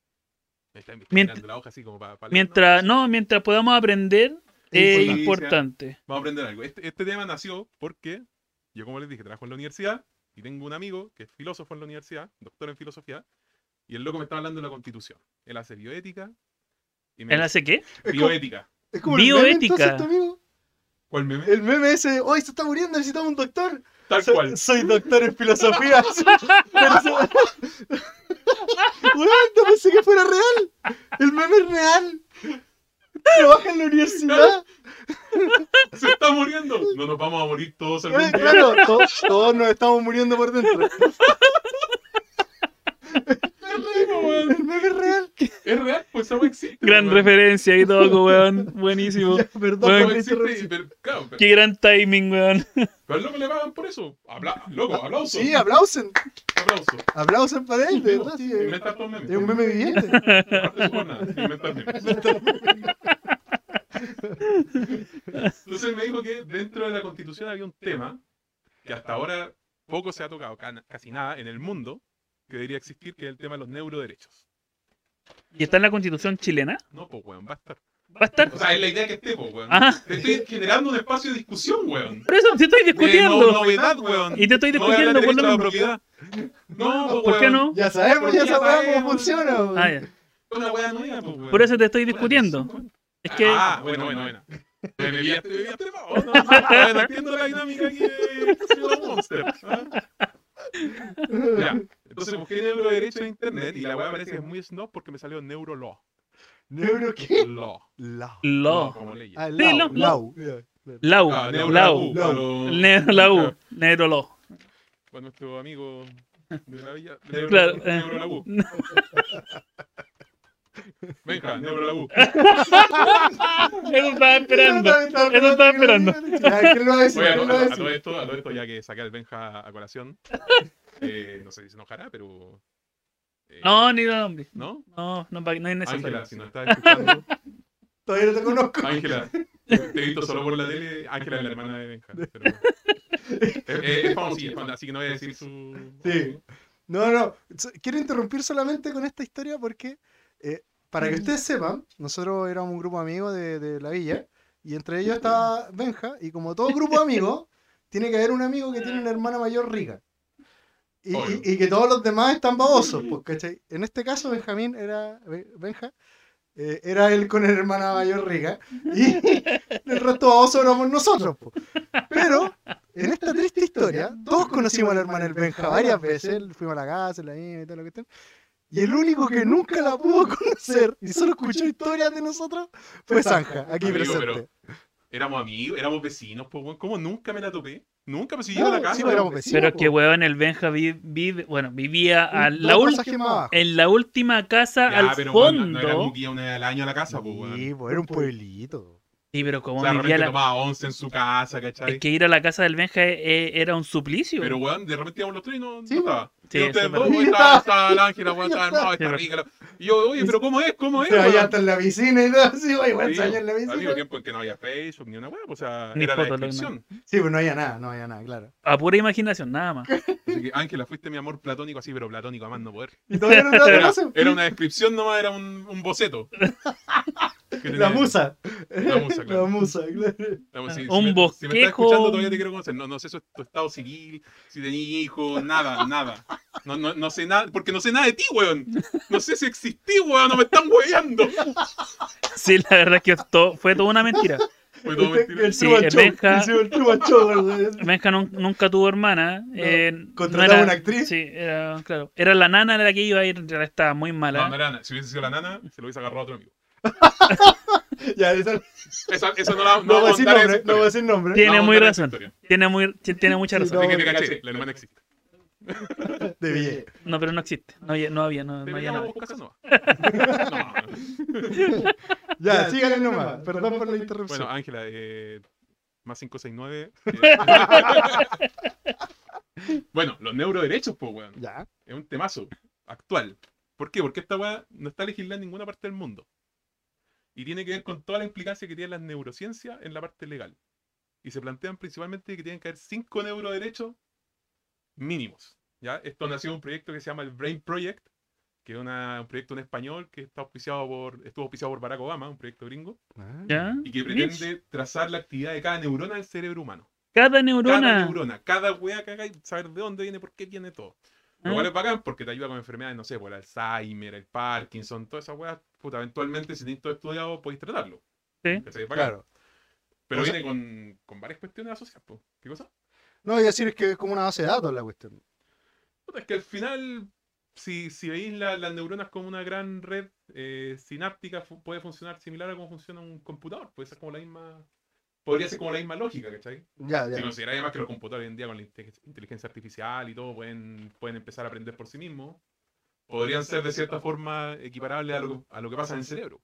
D: Me está me está
A: Mient-
D: mirando la hoja así como para,
A: Mientras, no, mientras podamos aprender, es
D: importante.
A: importante.
D: Vamos a aprender algo. Este, este tema nació porque yo, como les dije, trabajo en la universidad y tengo un amigo que es filósofo en la universidad, doctor en filosofía, y el loco me estaba hablando de la constitución. Él hace bioética. Y me
A: ¿Él hace qué?
D: dice,
C: Es como-
D: bioética.
C: Es como el meme,
A: Bioética.
C: entonces, tu amigo.
D: ¿Cuál meme?
C: El meme ese, hoy se está muriendo, necesitamos un doctor.
D: Tal
C: Soy-
D: cual.
C: Soy doctor en filosofía. Pero so- Weón, no pensé que fuera real. El meme es real. Trabaja en la universidad.
D: ¡Se está muriendo! No nos vamos a morir todos algún
C: Weón,
D: día.
C: Eh, claro, to- todos nos estamos muriendo por dentro.
D: rico, weón.
C: El meme es real.
D: Es real, pues eso existe.
A: Gran
D: weón.
A: referencia y todo, weón. Buenísimo.
C: Ya, perdón
A: Weón,
C: por
D: Eso
C: la
D: existe,
C: interrupción.
D: pero, claro, pero,
A: Qué gran timing, weón.
D: pero al loco le pagan por eso. Habla, loco, aplauso.
C: Ah, Sí, aplausen.
D: aplauso.
C: Aplausen para él, de verdad. sí, es
D: Inventar todos memes.
C: es un meme viviente.
D: Aparte de su jornada, inventar memes. Entonces me dijo que dentro de la constitución había un tema que hasta ahora poco se ha tocado, ca- casi nada en el mundo, que debería existir, que es el tema de los neuroderechos.
A: ¿Y está en la constitución chilena?
D: No, pues, weón, va a estar.
A: ¿Va a estar?
D: O sea, es la idea que esté, pues, weón.
C: Ah.
A: Ajá.
D: Te estoy generando un espacio de discusión, weón.
A: Por eso te estoy
D: De Eh, no-
A: discutiendo.
D: novedad, weón.
A: Y te estoy
D: No voy a hablar
A: discutiendo
D: de
A: por
D: derecho
A: lo
D: a la
A: mismo.
D: propiedad. No, pues,
A: ¿Por qué
D: weón.
A: no?
C: Ya sabemos, ya
D: Ya
C: sabemos cómo
D: sabemos.
C: funciona. weón.
A: Ah, ya.
D: Es Una weá nueva, pues, weón.
A: Por eso te estoy discutiendo. Es que...
D: Ah, bueno, bueno, bueno. Me vivías, me vivías tema. Oh, no, no, bueno, entiendo la dinámica que que los Monster. ¿ah? Ya. Entonces pues, busqué neuroderecho en internet y la weá parece que es muy snob porque me salió neurolaw.
C: Neuro qué?
D: Law.
C: Lao.
A: Lo.
D: Como ley.
C: Ah,
A: Sí,
C: lao,
A: lo-
C: lao. Ya, claro.
A: Lau.
D: Ah,
A: Lau.
C: Law.
D: Law.
A: Negro la U. Negro lo.
D: Con nuestro amigo de la villa. de
A: Claro,
D: Neuro-
A: eh.
D: Neurolaw. Venga, neurolaw.
A: Eso estaba esperando. Eso estaba esperando.
C: Ya, ¿Qué lo va a decir?
D: Oye, a,
C: ¿Qué
D: to-
C: lo va a
D: a- a
C: decir?
D: todo esto, a todo esto, ya que saqué al Benja a colación, eh, no sé si se enojará, pero. eh,
A: No, ni los nombres.
D: ¿No?
A: No, no, pa- no es necesario.
D: Ángela, si nos estás escuchando.
C: Todavía no te conozco.
D: Ángela, Te he visto solo por la tele. Ángela es la hermana de Benja. pero- Es, es, es famosilla, es famosa, así que no voy a decir su.
C: Sí. No, no. so- Quiero interrumpir solamente con esta historia porque, eh, para que ustedes sepan, nosotros éramos un grupo amigo de, de la villa y entre ellos estaba Benja y como todo grupo amigo, tiene que haber un amigo que tiene una hermana mayor rica. Y, y-
D: Obvio.
C: y que todos los demás están babosos, pues, ¿cachai? En este caso, Benjamín era. Be- Benja. eh, era él con la hermana mayor rica y el resto baboso éramos nosotros. po. Pero en esta triste historia, todos conocimos a la hermana del Benja varias veces. Fuimos a la casa, la misma y todo lo que estén. Y el único que nunca la pudo conocer y solo escuchó historias de nosotros fue Zanja, aquí
D: Amigo,
C: presente.
D: pero- Éramos amigos, éramos vecinos, pues, weón. ¿Cómo nunca me la topé? Nunca me siguió
C: No,
D: a la casa.
C: sí, pues, éramos
D: weón.
C: vecinos.
A: Pero
C: po.
A: que weón, el Benja vi- vive, bueno, vivía a
C: Dos
A: la ul-
C: pasajes más abajo.
A: en la última casa
D: Ya,
A: al
D: pero, weón,
A: fondo.
D: no- no era un día, una vez al año a la casa, pues, weón.
C: Sí, po, era un pueblito.
A: sí, pero como
D: O sea, de
A: vivía
D: repente
A: la-
D: tomaba once en su casa, ¿cachai?
A: Es que ir a la casa del Benja eh, era un suplicio.
D: Pero, weón, de repente íbamos los tres y no,
C: Sí,
D: no estaba.
A: Sí,
D: Y ustedes
A: eso es
D: dos,
A: verdad.
D: weón, está, está la Ángela, weón, está hermano,
A: Sí,
D: está rica. la- Y yo, oye, pero ¿cómo es? ¿Cómo es?
C: Se
D: weón?
C: allá hasta en la piscina y todo así, güey, igual
D: Sí,
C: se halló en la
D: Había
C: piscina.
D: tiempo en que no había Facebook ni una web, o sea,
A: Ni
D: era la
A: Fotolog, no.
D: descripción.
C: Sí, pues no había nada, no había nada, claro.
A: A pura imaginación, nada más.
D: Así que, Ángela, fuiste mi amor platónico así, pero platónico a más no poder.
C: Y todavía no te la
D: Era,
C: conocen.
D: era una descripción nomás, era un, un boceto. Que
C: La
D: tenía-
C: musa.
D: La musa, claro.
C: La musa, claro.
D: La musa,
A: Un
D: si- si me- Si me estás
A: bosquejo.
D: escuchando, todavía te quiero conocer. No, no sé su- tu estado civil, si tenías hijos, nada, nada. No, no, no sé nada, porque no sé nada de ti, weón. No sé si existí, weón, no me están hueveando.
A: Sí, la verdad es que to- fue toda una mentira.
D: Fue todo
C: Este
D: mentira.
C: El
A: Sí,
C: Truman
A: el
C: Show,
A: Benja-
C: hicimos el Truman Show, güey.
A: Benja nun- nunca tuvo hermana. eh, no
C: contrataba
A: era-
C: una actriz.
A: Sí, era, claro. Era la nana de la que iba a ir, en realidad estaba muy
D: No,
A: mala.
D: no era nana. Si hubiese sido la nana, se lo hubiese agarrado a otro amigo.
C: Ya, esa-
D: Esa, esa no la
C: No voy a
D: voy
C: decir nombre, no voy a decir nombre.
A: Tiene
D: No,
A: muy
D: no era
A: razón.
D: esa historia.
A: Tiene, muy, ti- tiene mucha
C: Sí,
A: razón.
D: Así
C: no.
D: que te caché, la hermana existe.
C: De Ville.
A: No, pero no existe. No, había- no había, no, no había nada.
D: Deberíamos buscar Casanova. No.
C: Ya, síganle nomás. Perdón por la interrupción.
D: Bueno, Ángela, eh, más 569. eh. bueno, los neuroderechos, pues, weón.
C: ya.
D: Es un temazo actual. ¿Por qué? Porque esta weá no está legislada en ninguna parte del mundo. Y tiene que ver con toda la implicancia que tienen las neurociencias en la parte legal. Y se plantean principalmente que tienen que haber cinco neuroderechos mínimos. ¿ya? Esto nació de un proyecto que se llama el Brain Project, que es una- un proyecto en español que está auspiciado por, estuvo auspiciado por Barack Obama, un proyecto gringo,
C: ah,
A: ¿Ya?
D: y que
A: Mitch,
D: pretende trazar la actividad de cada neurona del cerebro humano.
A: Cada
D: Cada
A: neurona.
D: neurona, cada wea que hagáis, saber de dónde viene, por qué viene todo. Lo
A: Ah.
D: cual es bacán porque te ayuda con enfermedades, no sé, por el Alzheimer, el Parkinson, todas esas weas. Puta, eventualmente, si tenéis todo estudiado, podéis tratarlo.
A: Sí.
D: ¿Cachai? Es bacán.
C: Claro.
D: Pero
C: O sea-
D: viene con, con varias cuestiones asociadas, po. ¿Qué cosa?
C: No, voy a decir es que es como una base de datos la cuestión.
D: Puta, es que al final, si, si veis la- las neuronas como una gran red eh, sináptica, fu- puede funcionar similar a cómo funciona un computador. Puede ser como la misma. Podría ser como la misma lógica, ¿cachai?
C: Ya, ya.
D: Si consideráis además que los computadores hoy en día con la inte- inteligencia artificial y todo pueden, pueden empezar a aprender por sí mismos, podrían ser de cierta forma equiparables a lo, a lo que pasa en el cerebro.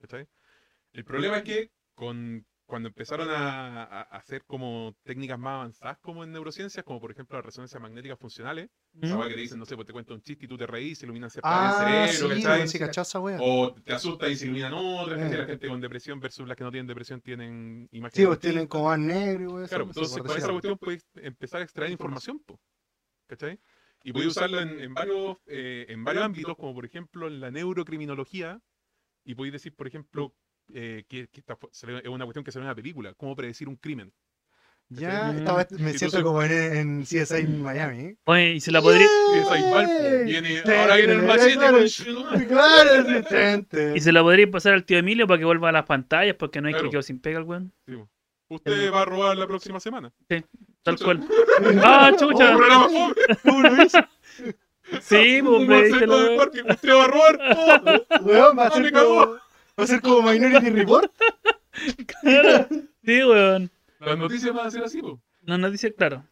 D: ¿Cachai? El problema es que con, cuando empezaron a, a- a hacer como técnicas más avanzadas como en neurociencias, como por ejemplo las resonancias magnéticas funcionales,
A: ¿Mm?
D: esa weá que te dicen, no sé, pues te cuenta un chiste y tú te reís, se ilumina cierta área
C: Ah,
D: del cerebro,
C: sí,
D: ¿cachai?
C: güey, sí, cachaza, wea.
D: O te asustan y se iluminan otras, ¿cachai?
C: Eh.
D: la gente con depresión versus las que no tienen depresión tienen imágenes.
C: Sí, pues
D: distintas.
C: tienen como más negro, güey.
D: Claro,
C: sí,
D: entonces
C: por
D: con esa
C: decir algo.
D: cuestión puedes empezar a extraer información, po, ¿cachai? Y puedes usarla en, en varios, eh, en varios ámbitos, como por ejemplo en la neurocriminología, y podéis decir, por ejemplo, eh, que, que esta fue- salió- es una cuestión que sale en una película, cómo predecir un crimen.
C: Ya,
A: Mm.
C: estaba- me
D: tú
C: siento
D: soy-
C: como en, en CSI en Miami.
A: Oye, y se la podría.
D: Y es ahí, Valpo, viene- ahora viene el machete
C: Claro,
D: con su-
C: claro, sí, gente.
A: Y se la podría pasar al tío Emilio para que vuelva a las pantallas, porque no hay
D: Claro.
A: que quedó sin pega el weón.
D: Usted va a robar la próxima semana.
A: Tal
D: Chucha.
A: cual. ¡Ah, chucha!
D: ¡Oh, programa fome!
C: ¿Cómo lo hizo?
A: Sí,
D: ¡Un
A: pues,
D: concepto
A: la-
D: del parque! ¡Usted va a robar! ¡Oh!
C: Weón, va a
D: Ah, me
C: ser
D: cagó.
C: como, va a ser como Minority Report.
A: Claro. Sí, weón.
D: Las noticias van a ser así, po.
A: No nos dice, claro.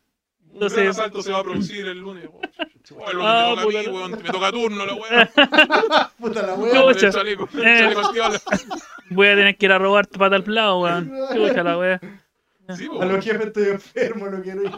D: Un
A: Entonces-
D: gran asalto se va a producir el lunes. Oh, oh, el lunes
A: Ah,
D: me toca a mí,
A: puta la-
D: weón, me toca turno, la weá.
C: Puta la
A: No,
C: wea.
D: El
A: Chucha.
D: chaleco, el
A: Eh.
D: chaleco antibalas.
A: Voy a tener que ir a robar para tal lado, weón. Chucha la wea.
D: Sí, po,
C: A
D: weón.
C: los jefes estoy enfermo, no quiero ir.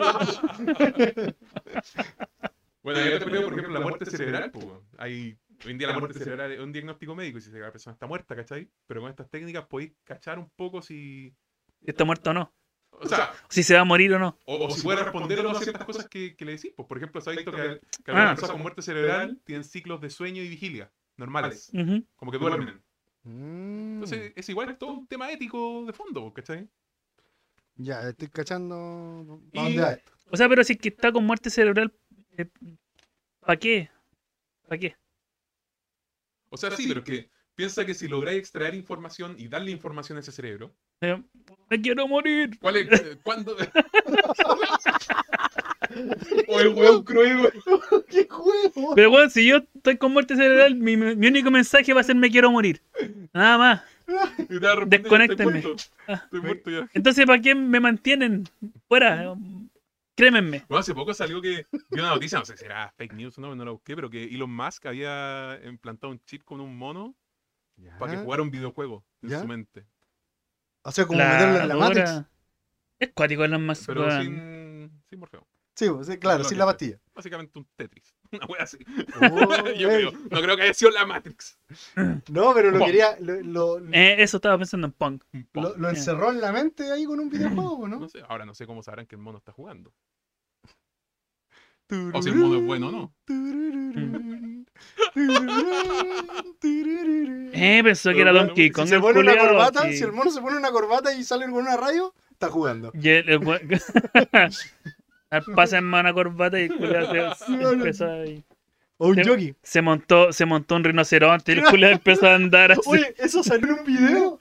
D: Bueno, yo te veo, por ejemplo, la muerte cerebral, po, weón. Hay Hoy en día la muerte cerebral es un diagnóstico médico y si la persona está muerta, ¿cachai? Pero con estas técnicas podéis cachar un poco si.
A: Si está muerto o no.
D: O sea,
A: Si se va a morir o no.
D: o, o si puede responder o no a ciertas cosas que, que le decís. Pues, por ejemplo, se ha visto que, que algunas
A: Ah.
D: personas con muerte cerebral tienen ciclos de sueño y vigilia normales,
A: Ujú.
D: como que duermen.
C: Mm.
D: Entonces, es igual es todo un tema ético de fondo, ¿cachai?
C: Ya, estoy cachando.
D: Y-
C: ¿pa' dónde va esto?
A: O sea, pero si es que está con muerte cerebral, ¿para qué? ¿Para qué?
D: O sea, sí, pero que piensa que si lográis extraer información y darle información a ese cerebro,
A: Eh, me quiero morir.
D: ¿cuál es? eh, ¿Cuándo? o el weón cruel, weón.
C: ¡Qué juego!
A: Pero bueno, si yo estoy con muerte cerebral, mi, mi único mensaje va a ser me quiero morir. Nada más.
D: Y te va a responder,
A: Desconéctenme. Ah.
D: Estoy muerto, estoy muerto ya.
A: Entonces, ¿para qué me mantienen fuera? Crémenme.
D: Bueno, hace poco salió que vi una noticia, no sé si era fake news o no, no la busqué, pero que Elon Musk había implantado un chip con un mono
C: Ya.
D: para que jugara un videojuego en
C: ¿Ya?
D: su mente.
C: O sea, como meterlo
A: La
C: en la
A: dura.
C: Matrix.
A: Es cuático Elon Musk.
D: Pero
A: weón.
D: sin, sin Morfeo.
C: Sí, pues, sí, claro,
D: Claro,
C: sin
D: sí.
C: la pastilla.
D: Básicamente un Tetris. Una wea así.
C: Oh,
D: Yo
C: ey.
D: creo, no creo que haya sido la Matrix.
C: No, pero lo
D: Pong.
C: quería. Lo, lo,
A: Eh, eso estaba pensando en Punk.
D: Un pop.
C: lo- lo encerró en la mente ahí con un videojuego,
D: No
C: ¿no?
D: sé, ahora no sé cómo sabrán que el mono está jugando. O si el modo es bueno o no.
A: Eh, pensó que
D: Pero
A: era
D: bueno,
A: Donkey
D: si
A: Kong.
C: Si se
A: el
C: pone una
A: culiao,
C: corbata,
A: sí.
C: si el mono se pone una corbata y sale con una radio, está jugando.
A: Y el- el we- Al pasa en mano a corbata y el culiao se, se empezó ahí.
C: O un
A: Te-
C: yogi.
A: Se montó, se montó un rinoceronte y el culiao empezó a andar así.
C: Oye, eso salió en un video.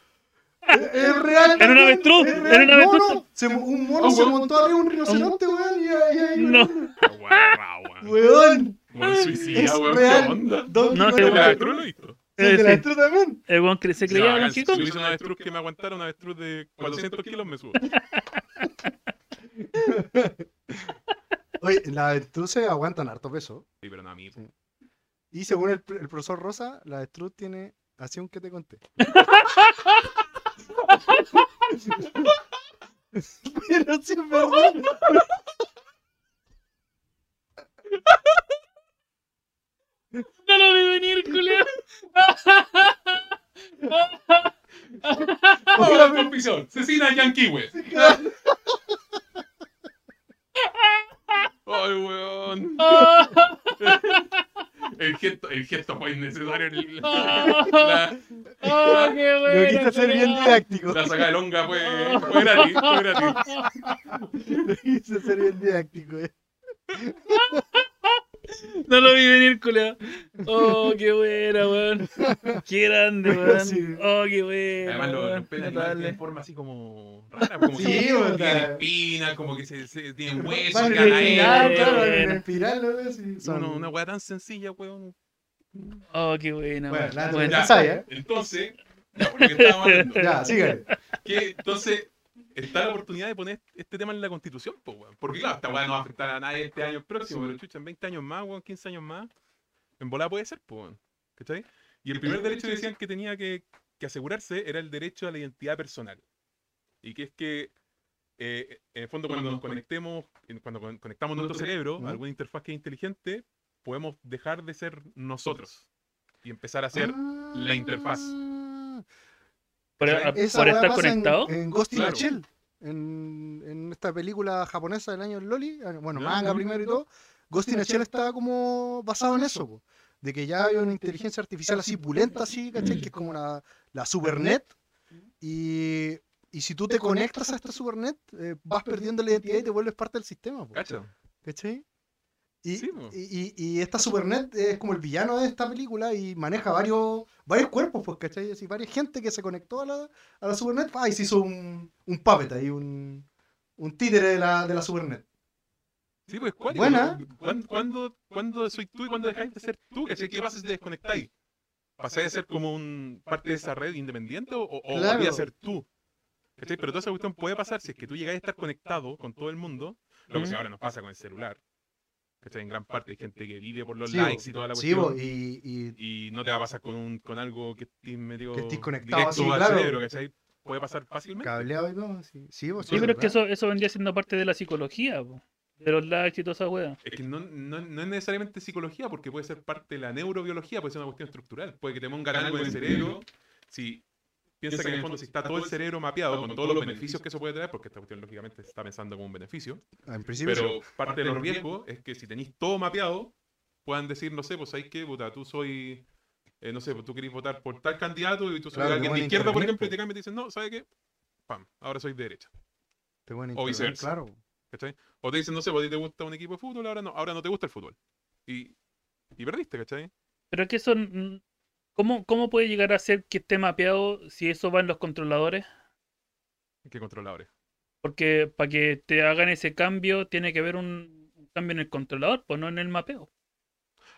C: Es es real.
A: Era un avestruz,
C: es real.
A: era un avestruz.
C: Mono, se- un mono
D: Ah,
C: se
D: weón.
C: montó arriba de un rinoceronte, weón. Y ahí, ahí,
A: No.
D: Pero guau, guau, weón.
C: Weón.
D: Weón suicida,
C: Es
D: weón.
C: real.
D: ¿Qué onda?
C: Donkey
A: No,
C: Kong
A: te-
C: era un
D: La
A: weón.
C: avestruz.
D: avestruz lo he visto.
C: Sí, el
A: Eh,
C: de
A: sí.
C: la avestruz también.
A: El weón que se
D: Si
A: creía Donkey Kong.
D: hubiese una avestruz que me aguantara, una avestruz de 400 kilos me subo.
C: Oye, las avestruces aguantan harto peso.
D: Sí, pero no a mí. po.
C: Y según el, el profesor Rosa, la avestruz tiene así un que te conté. Pero sí es verdad.
A: No lo vi venir, culiao.
D: Ahora me pisón. Cecina Yankee, güey. Ay, weón. El gesto, el gesto fue innecesario. El- la,
A: Oh, qué
C: Lo
A: bueno,
C: quise hacer bien
A: culiao.
C: didáctico.
D: la saca de longa fue, fue gratis, fue gratis.
C: Lo quise hacer bien didáctico. eh.
A: No lo vi venir, culiao. Oh, qué buena, weón. Qué grande,
C: Pero
A: weón.
C: sí.
A: Oh, qué buena.
D: Además, los
A: weón.
D: los pelos
A: Dale.
D: animales tienen forma así como rara, como
C: Sí,
D: que
C: o sea.
D: tienen espina, como que se, se- tienen huesos,
C: Más
A: sí,
C: en
D: quedan ahí.
A: sí,
C: espiral, Ah, claro,
A: bueno.
C: en espiral, ¿no? Sí, son-
D: Una, una weá tan sencilla, weón.
A: Oh, qué buena,
C: Bueno,
A: weón.
C: la
A: Bueno.
C: Ya sabes, ¿eh?
D: Entonces, ya, porque estábamos hablando.
C: Ya, sígale.
D: que entonces está la oportunidad de poner este tema en la constitución, po, weón. Porque claro, esta weá no va a afectar a nadie este año próximo, pero chucha, en 20 años más, weón, 15 años más, en volada puede ser, po, weón. ¿Cachai? Y el primer derecho que decían que tenía que, que asegurarse era el derecho a la identidad personal. Y que es que, eh, en el fondo, cuando nos conectemos, en- cuando con- conectamos nuestro cerebro
C: ¿Mm?
D: a alguna interfaz que es inteligente, podemos dejar de ser nosotros y empezar a ser la interfaz.
C: Ah,
A: Por,
C: esa
A: Ah, por
C: weá
A: estar
C: pasa
A: conectado.
C: En, en Ghost in the
D: Claro.
C: Shell. En, en esta película japonesa del año Loli, eh, bueno,
D: Ya,
C: manga
D: ya.
C: primero y todo, Ghost in the Shell estaba como basado en eso, po, de que ya hay una inteligencia artificial así pulenta, así, ¿cachai? Que es como la, la supernet. Y, y si tú te conectas a esta supernet, eh, vas perdiendo la identidad y te vuelves parte del sistema, po,
D: ¿Cacha?
C: ¿cachai? Y,
D: Sí, po.
C: y, y, y esta Supernet es como el villano de esta película y maneja varios, varios cuerpos, pues, ¿cachai? Así, varias gente que se conectó a la, a la Supernet. Ah, y se hizo un, un puppet ahí, un, un títere de la, de la Supernet.
D: Sí, pues, ¿cuál?
C: Buena.
D: ¿Cuándo, cuándo, cuándo soy tú y cuándo dejáis de ser tú? ¿Cachai? ¿Qué pasas si te desconectáis? ¿Pasáis a ser como un parte de esa red independiente o, o
C: Claro.
D: volví a ser tú? ¿Cachai? Pero toda esa cuestión puede pasar si es que tú llegáis a estar conectado con todo el mundo, lo que
A: Mm.
D: ahora nos pasa con el celular. ¿Cachai? En gran parte hay gente que vive por los
C: Sí,
D: likes
C: bo.
D: y toda la
C: Sí,
D: cuestión.
C: bo, y, y
D: y no te va a pasar con, un, con algo que estés medio
C: Que estés conectado
D: directo
C: así,
D: al
C: claro.
D: cerebro, ¿cachai? Puede pasar fácilmente.
C: cableado y todo. Sí, sí, bo,
A: Sí, pero es que
C: ¿verdad?
A: eso, eso vendría siendo parte de la psicología. po. de los likes y toda esa wea.
D: Es que no, no, no es necesariamente psicología, porque puede ser parte de la neurobiología, puede ser una cuestión estructural. Puede que te pongan algo en el cerebro. Si piensa que en el fondo, si está todo el cerebro mapeado con todos los beneficios que eso puede traer, porque esta cuestión lógicamente se está pensando como un beneficio,
C: En principio,
D: pero parte de los riesgos es que si tenéis todo mapeado, puedan decir, no sé, pues hay que votar, tú soy. eh, no sé, pues tú querés votar por tal candidato y tú soy
C: Claro,
D: alguien
C: te
D: de
C: van a
D: izquierda, por
C: intervenir,
D: ejemplo, y
C: po.
D: te cambian y te dicen, no, ¿sabes qué? Pam, ahora soy de derecha.
C: te pueden
D: o
C: intervenir,
D: viceversa.
C: claro.
D: ¿cachai? O te dicen, no sé, pues a ti te gusta un equipo de fútbol, ahora no, ahora no te gusta el fútbol. Y, y perdiste, ¿cachai?
A: Pero es que eso. mm, ¿Cómo, ¿Cómo puede llegar a ser que esté mapeado si eso va en los controladores?
D: Que controladores.
A: Porque para que te hagan ese cambio tiene que haber un, un cambio en el controlador, pues no en el mapeo.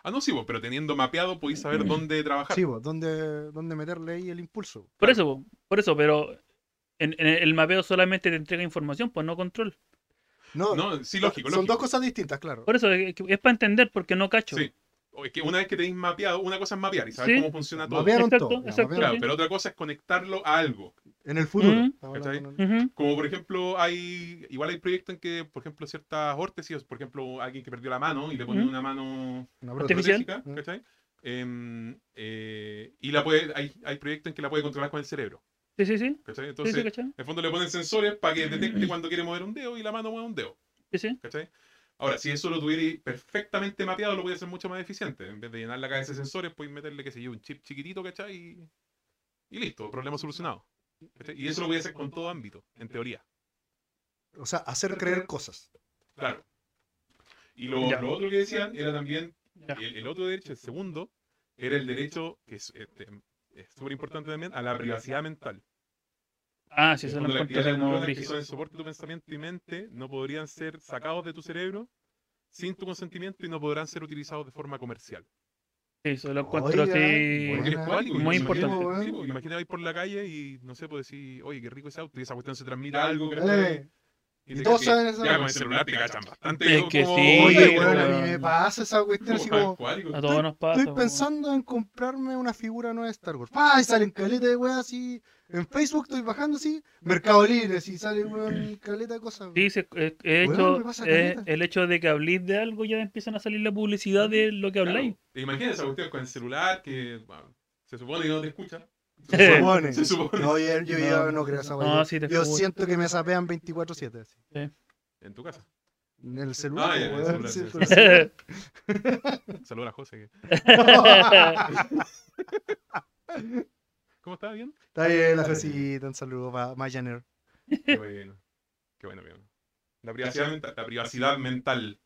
D: Ah, no, sí, vos, pero teniendo mapeado podéis saber dónde trabajar.
C: Sí, pues, ¿dónde, ¿dónde meterle ahí el impulso?
A: Por eso, po, por eso, pero en, en el mapeo solamente te entrega información, pues no control.
C: No,
D: no, sí, lógico,
C: son
D: lógico.
C: dos cosas distintas, claro.
A: Por eso eh, es, para entender, porque no cacho.
D: Sí. O es que una vez que tenéis mapeado, una cosa es mapear y saber
A: Sí.
D: cómo funciona todo.
C: Mapearon
A: Exacto,
C: todo, ya,
A: exacto,
C: mapearon.
D: Claro,
A: sí.
D: pero otra cosa es conectarlo a algo.
C: En el futuro.
A: Mm.
C: estamos hablando
D: ¿Cachai?
C: en el-
A: Ujú.
D: Como por ejemplo, hay igual hay proyectos en que, por ejemplo, ciertas órtesis, por ejemplo, alguien que perdió la mano y le ponen
A: Ujú.
D: una mano
C: una prótesis.
A: Artificial.
D: protésica,
C: Mm.
D: ¿cachai? Em, eh, y la puede, hay, hay proyectos en que la puede controlar con el cerebro.
A: Sí, sí, sí.
D: ¿cachai?
A: Sí,
D: Entonces,
A: sí, ¿cachai?
D: en el fondo le ponen sensores para que detecte cuando quiere mover un dedo y la mano mueve un dedo.
A: Sí, sí.
D: ¿cachai? Ahora, si eso lo tuviera perfectamente mapeado, lo podría hacer mucho más eficiente. En vez de llenar la cabeza de sensores, puedes meterle, qué sé yo, un chip chiquitito, ¿cachai? Y, y listo, problema solucionado. ¿cachai? Y eso lo voy a hacer con todo ámbito, en teoría.
C: O sea, hacer creer cosas.
D: Claro. Y lo,
A: Ya.
D: lo otro que decían era también,
A: Ya.
D: el, el otro derecho, el segundo, era el derecho, que es este, es súper importante también, a la privacidad mental.
A: Ah, sí, eso
D: Cuando
A: lo
D: las
A: encuentro
D: actividades
A: como
D: neuronales que
A: brígido.
D: son el soporte de tu pensamiento y mente no podrían ser sacados de tu cerebro sin tu consentimiento y no podrán ser utilizados de forma comercial.
A: Sí, eso lo encuentro
C: Oiga,
A: así.
C: bueno.
D: Porque
C: Buena.
D: es cuático,
A: Muy
D: imagínate,
C: importante.
D: sí, pues, Imagina ir por la calle y no sé, pues decir, oye, qué rico ese auto y esa cuestión se transmite a algo. ¿cachai?
C: Eh,
D: Y
C: y
D: te-
C: todos
D: que-
C: saben esa-
D: Ya con el celular te cachan bastante.
A: Es
D: yo
A: que
D: como-
A: sí,
C: Oye,
A: Sí,
C: weón, a mí
A: weón.
C: me pasa esa cuestión así
D: como
C: como.
D: acuático.
A: A todos nos pasa.
C: Estoy
A: po,
C: pensando en comprarme una figura nueva de Star Wars. ¡Ay! Salen caleta de weas así. En Facebook estoy bajando así. Mercado Libre, si sale weón, caleta de cosas.
A: weón. Sí, se- eh, eh,
C: Weón,
A: hecho,
C: me pasa
A: eh,
C: caleta.
A: el hecho de que habléis de algo ya empiezan a salir la publicidad de lo que habláis.
D: Claro. Te imaginas esa cuestión con el celular que bueno, se supone que no te escucha.
C: Se
A: Eh.
C: supone.
D: Se supone.
C: No, yo, yo, yo
A: No.
C: no creo esa
A: No,
C: wea. Yo-
A: sí te
C: yo
A: escucho.
C: siento que me sapean 24-7. así.
D: En tu casa.
C: En el celular.
D: Ah, ya, en el
C: weón,
D: celular,
C: sí,
D: sí,
C: por
D: sí.
C: eso.
D: Saludos a José. que- ¿Cómo estás? ¿Bien?
C: Está bien, la Josita, un saludo para Mayaner.
D: Qué bueno. Qué bueno, qué bueno. La privacidad mental. La privacidad mental.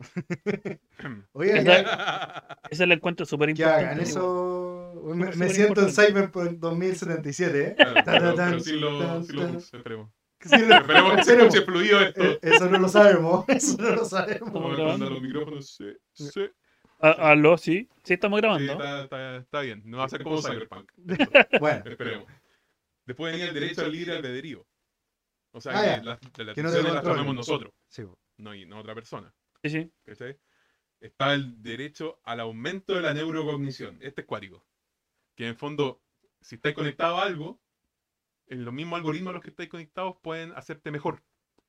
C: Oye,
A: Anda-
C: ya,
A: Ese lo encuentro súper
C: que
A: importante.
C: hagan eso. Me, me
A: Súper
C: siento en
A: importante.
C: Cyberpunk 2077, ¿eh?
D: Claro,
C: Tan,
D: pero,
C: tan,
D: pero
C: tan,
D: sin los sin los
C: tan.
D: bugs, esperemos.
C: Que sí, lo-
D: Esperemos que se
C: esperemos.
D: escuche fluido esto.
C: Eh, Eso no lo sabemos, eso no lo sabemos.
A: Como
D: Vamos a
A: grabando.
D: mandar los micrófonos. Sí, sí.
A: Ah, Aló, sí. Sí, estamos
D: Sí,
A: grabando.
D: está, está- está bien. No va a ser como Cyberpunk.
C: Bueno,
D: Esperemos. Después venía el derecho al libre albedrío. O sea,
C: Ah, ya.
D: que las, de las
C: Que no te
D: decisiones las
C: controlen.
D: tomemos nosotros,
C: sí, po.
D: no, y no otra persona.
A: Sí, sí.
D: ¿Cachai? Está el derecho al aumento de la neurocognición. Este es cuático. Que en el fondo, si estáis conectados a algo, en los mismos algoritmos a los que estáis conectados pueden hacerte mejor.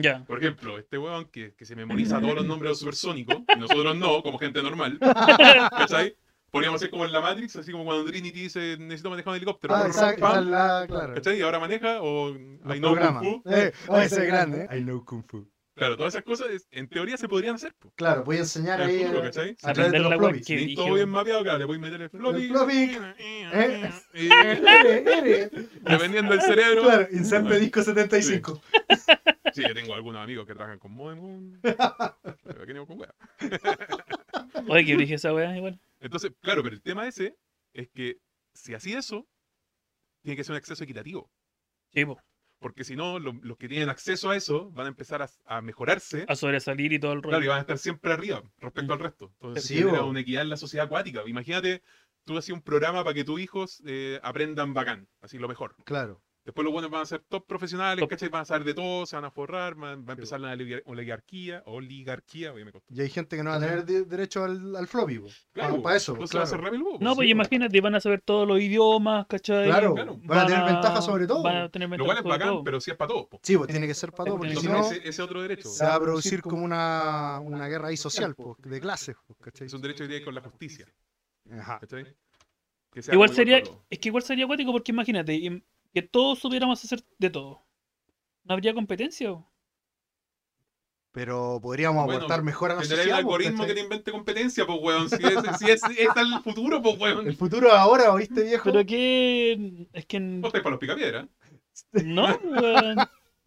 A: Ya.
D: Por ejemplo, este huevón que, que se memoriza todos los nombres de los supersónicos, y nosotros no, como gente normal. ¿Cachai? Podríamos ser como en la Matrix, así como cuando Trinity dice necesito manejar un helicóptero.
C: Ah,
D: Pam,
C: esa,
D: pam,
C: esa es la, claro.
D: ¿Cachai? Y ahora maneja o
C: los
D: I know
C: programas.
D: Kung Fu.
C: Eh, ah, ese es grande. ¿eh? I know Kung Fu.
D: Claro, todas esas cosas es- en teoría se podrían hacer. po.
C: Claro, voy a enseñar
D: En el
C: ahí.
D: futuro,
C: eh,
D: ¿cachai?
C: a
D: Si
C: través de
A: Aprender
C: los
A: la
C: ploppies.
A: web que-
D: tenéis todo
A: brígido.
D: bien mapeado, claro, le voy a meter el floppy.
C: El floppy. Eh.
D: Y
C: Eh, eh, eh.
D: dependiendo del cerebro.
C: Claro, inserte disco 75.
D: Sí, yo tengo algunos amigos que trabajan con modem. weón. Pero aquí no con wea.
A: Oye, que brige esa weá igual.
D: Entonces, claro, pero el tema ese es que si así eso, tiene que ser un acceso equitativo.
A: Sí, po.
D: Porque si no, lo- los que tienen acceso a eso van a empezar a, a mejorarse.
A: A sobresalir y todo el
D: Claro, y
A: rollo.
D: van a estar siempre arriba respecto al resto. Entonces,
C: Sí,
D: genera
C: bo.
D: una equidad en la sociedad acuática. Imagínate, tú hacías un programa para que tus hijos eh, aprendan bacán, así lo mejor.
C: Claro.
D: Después los buenos van a ser top profesionales,
A: Top.
D: ¿cachai? Van a saber de todo, se van a forrar, van- va a empezar la oligar- oligarquía, oligarquía, oye, me costó.
C: Y hay gente que no va a tener de- derecho al, al floppy, po. para, Ah, eso. po,
D: Entonces va a ser
C: claro.
D: rap el bobo,
A: No,
D: sí,
A: pues
D: po.
A: imagínate, van a saber todos los idiomas, ¿cachai?
C: Claro,
D: claro.
C: van a tener ventaja sobre todo.
A: Van a tener
D: Lo
A: ventaja
D: cual es
A: sobre
D: bacán,
A: todo.
D: pero sí es para todos. po.
C: Sí, pues tiene que ser para todo, porque si
D: Entonces
C: no
D: ese, ese es otro derecho.
C: se va a producir como una, una guerra ahí social, po, de clases, po, ¿cachai?
D: Es un derecho que tiene con la justicia.
C: Ajá.
D: ¿cachai? Que sea
A: Igual
D: como
A: sería,
D: para todos.
A: es que igual sería acuático porque imagínate, im- que todos supiéramos hacer de todo. No habría competencia. bo.
C: Pero podríamos
D: Bueno,
C: aportar mejor a la
D: Tendrá el
C: sociedad. po,
D: algoritmo que
C: ¿cachai?
D: te invente competencia, pues, weón. Si es, si es, es el futuro, pues,
C: El
D: weón.
C: futuro ahora, ¿oíste, viejo?
A: Pero que es que n-
D: Vos estáis para los picapiedras.
A: no, weón.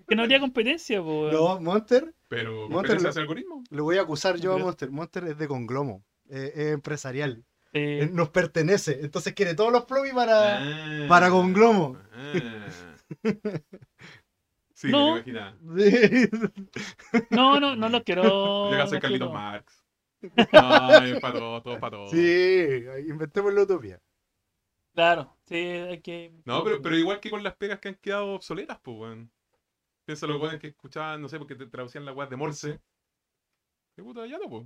A: que no habría competencia, bo, weón.
C: No, Monster,
D: Pero
C: No,
D: competencia
C: pero-
D: hace algoritmo.
C: lo voy a acusar yo a
A: Pero-
C: Monster. Monster es de conglomo, eh, es empresarial,
A: Eh,
C: eh, nos pertenece. Entonces quiere todos los floppy para,
D: Ah.
C: para conglomo.
D: Ah. Sí,
A: No.
D: no. me imagina.
A: no, no, no lo quiero.
D: Llega a
A: no
D: ser Carlitos
A: quiero.
D: Marx. No, es para todos, todo para todos.
C: sí, inventemos la utopía.
A: Claro, sí, hay que.
D: No, pero, pero igual que con las pegas que han quedado obsoletas, pues, weón. Piensa los weones que escuchaban, no sé, porque te traducían la weá de Morse. Qué puta, ya no, pues.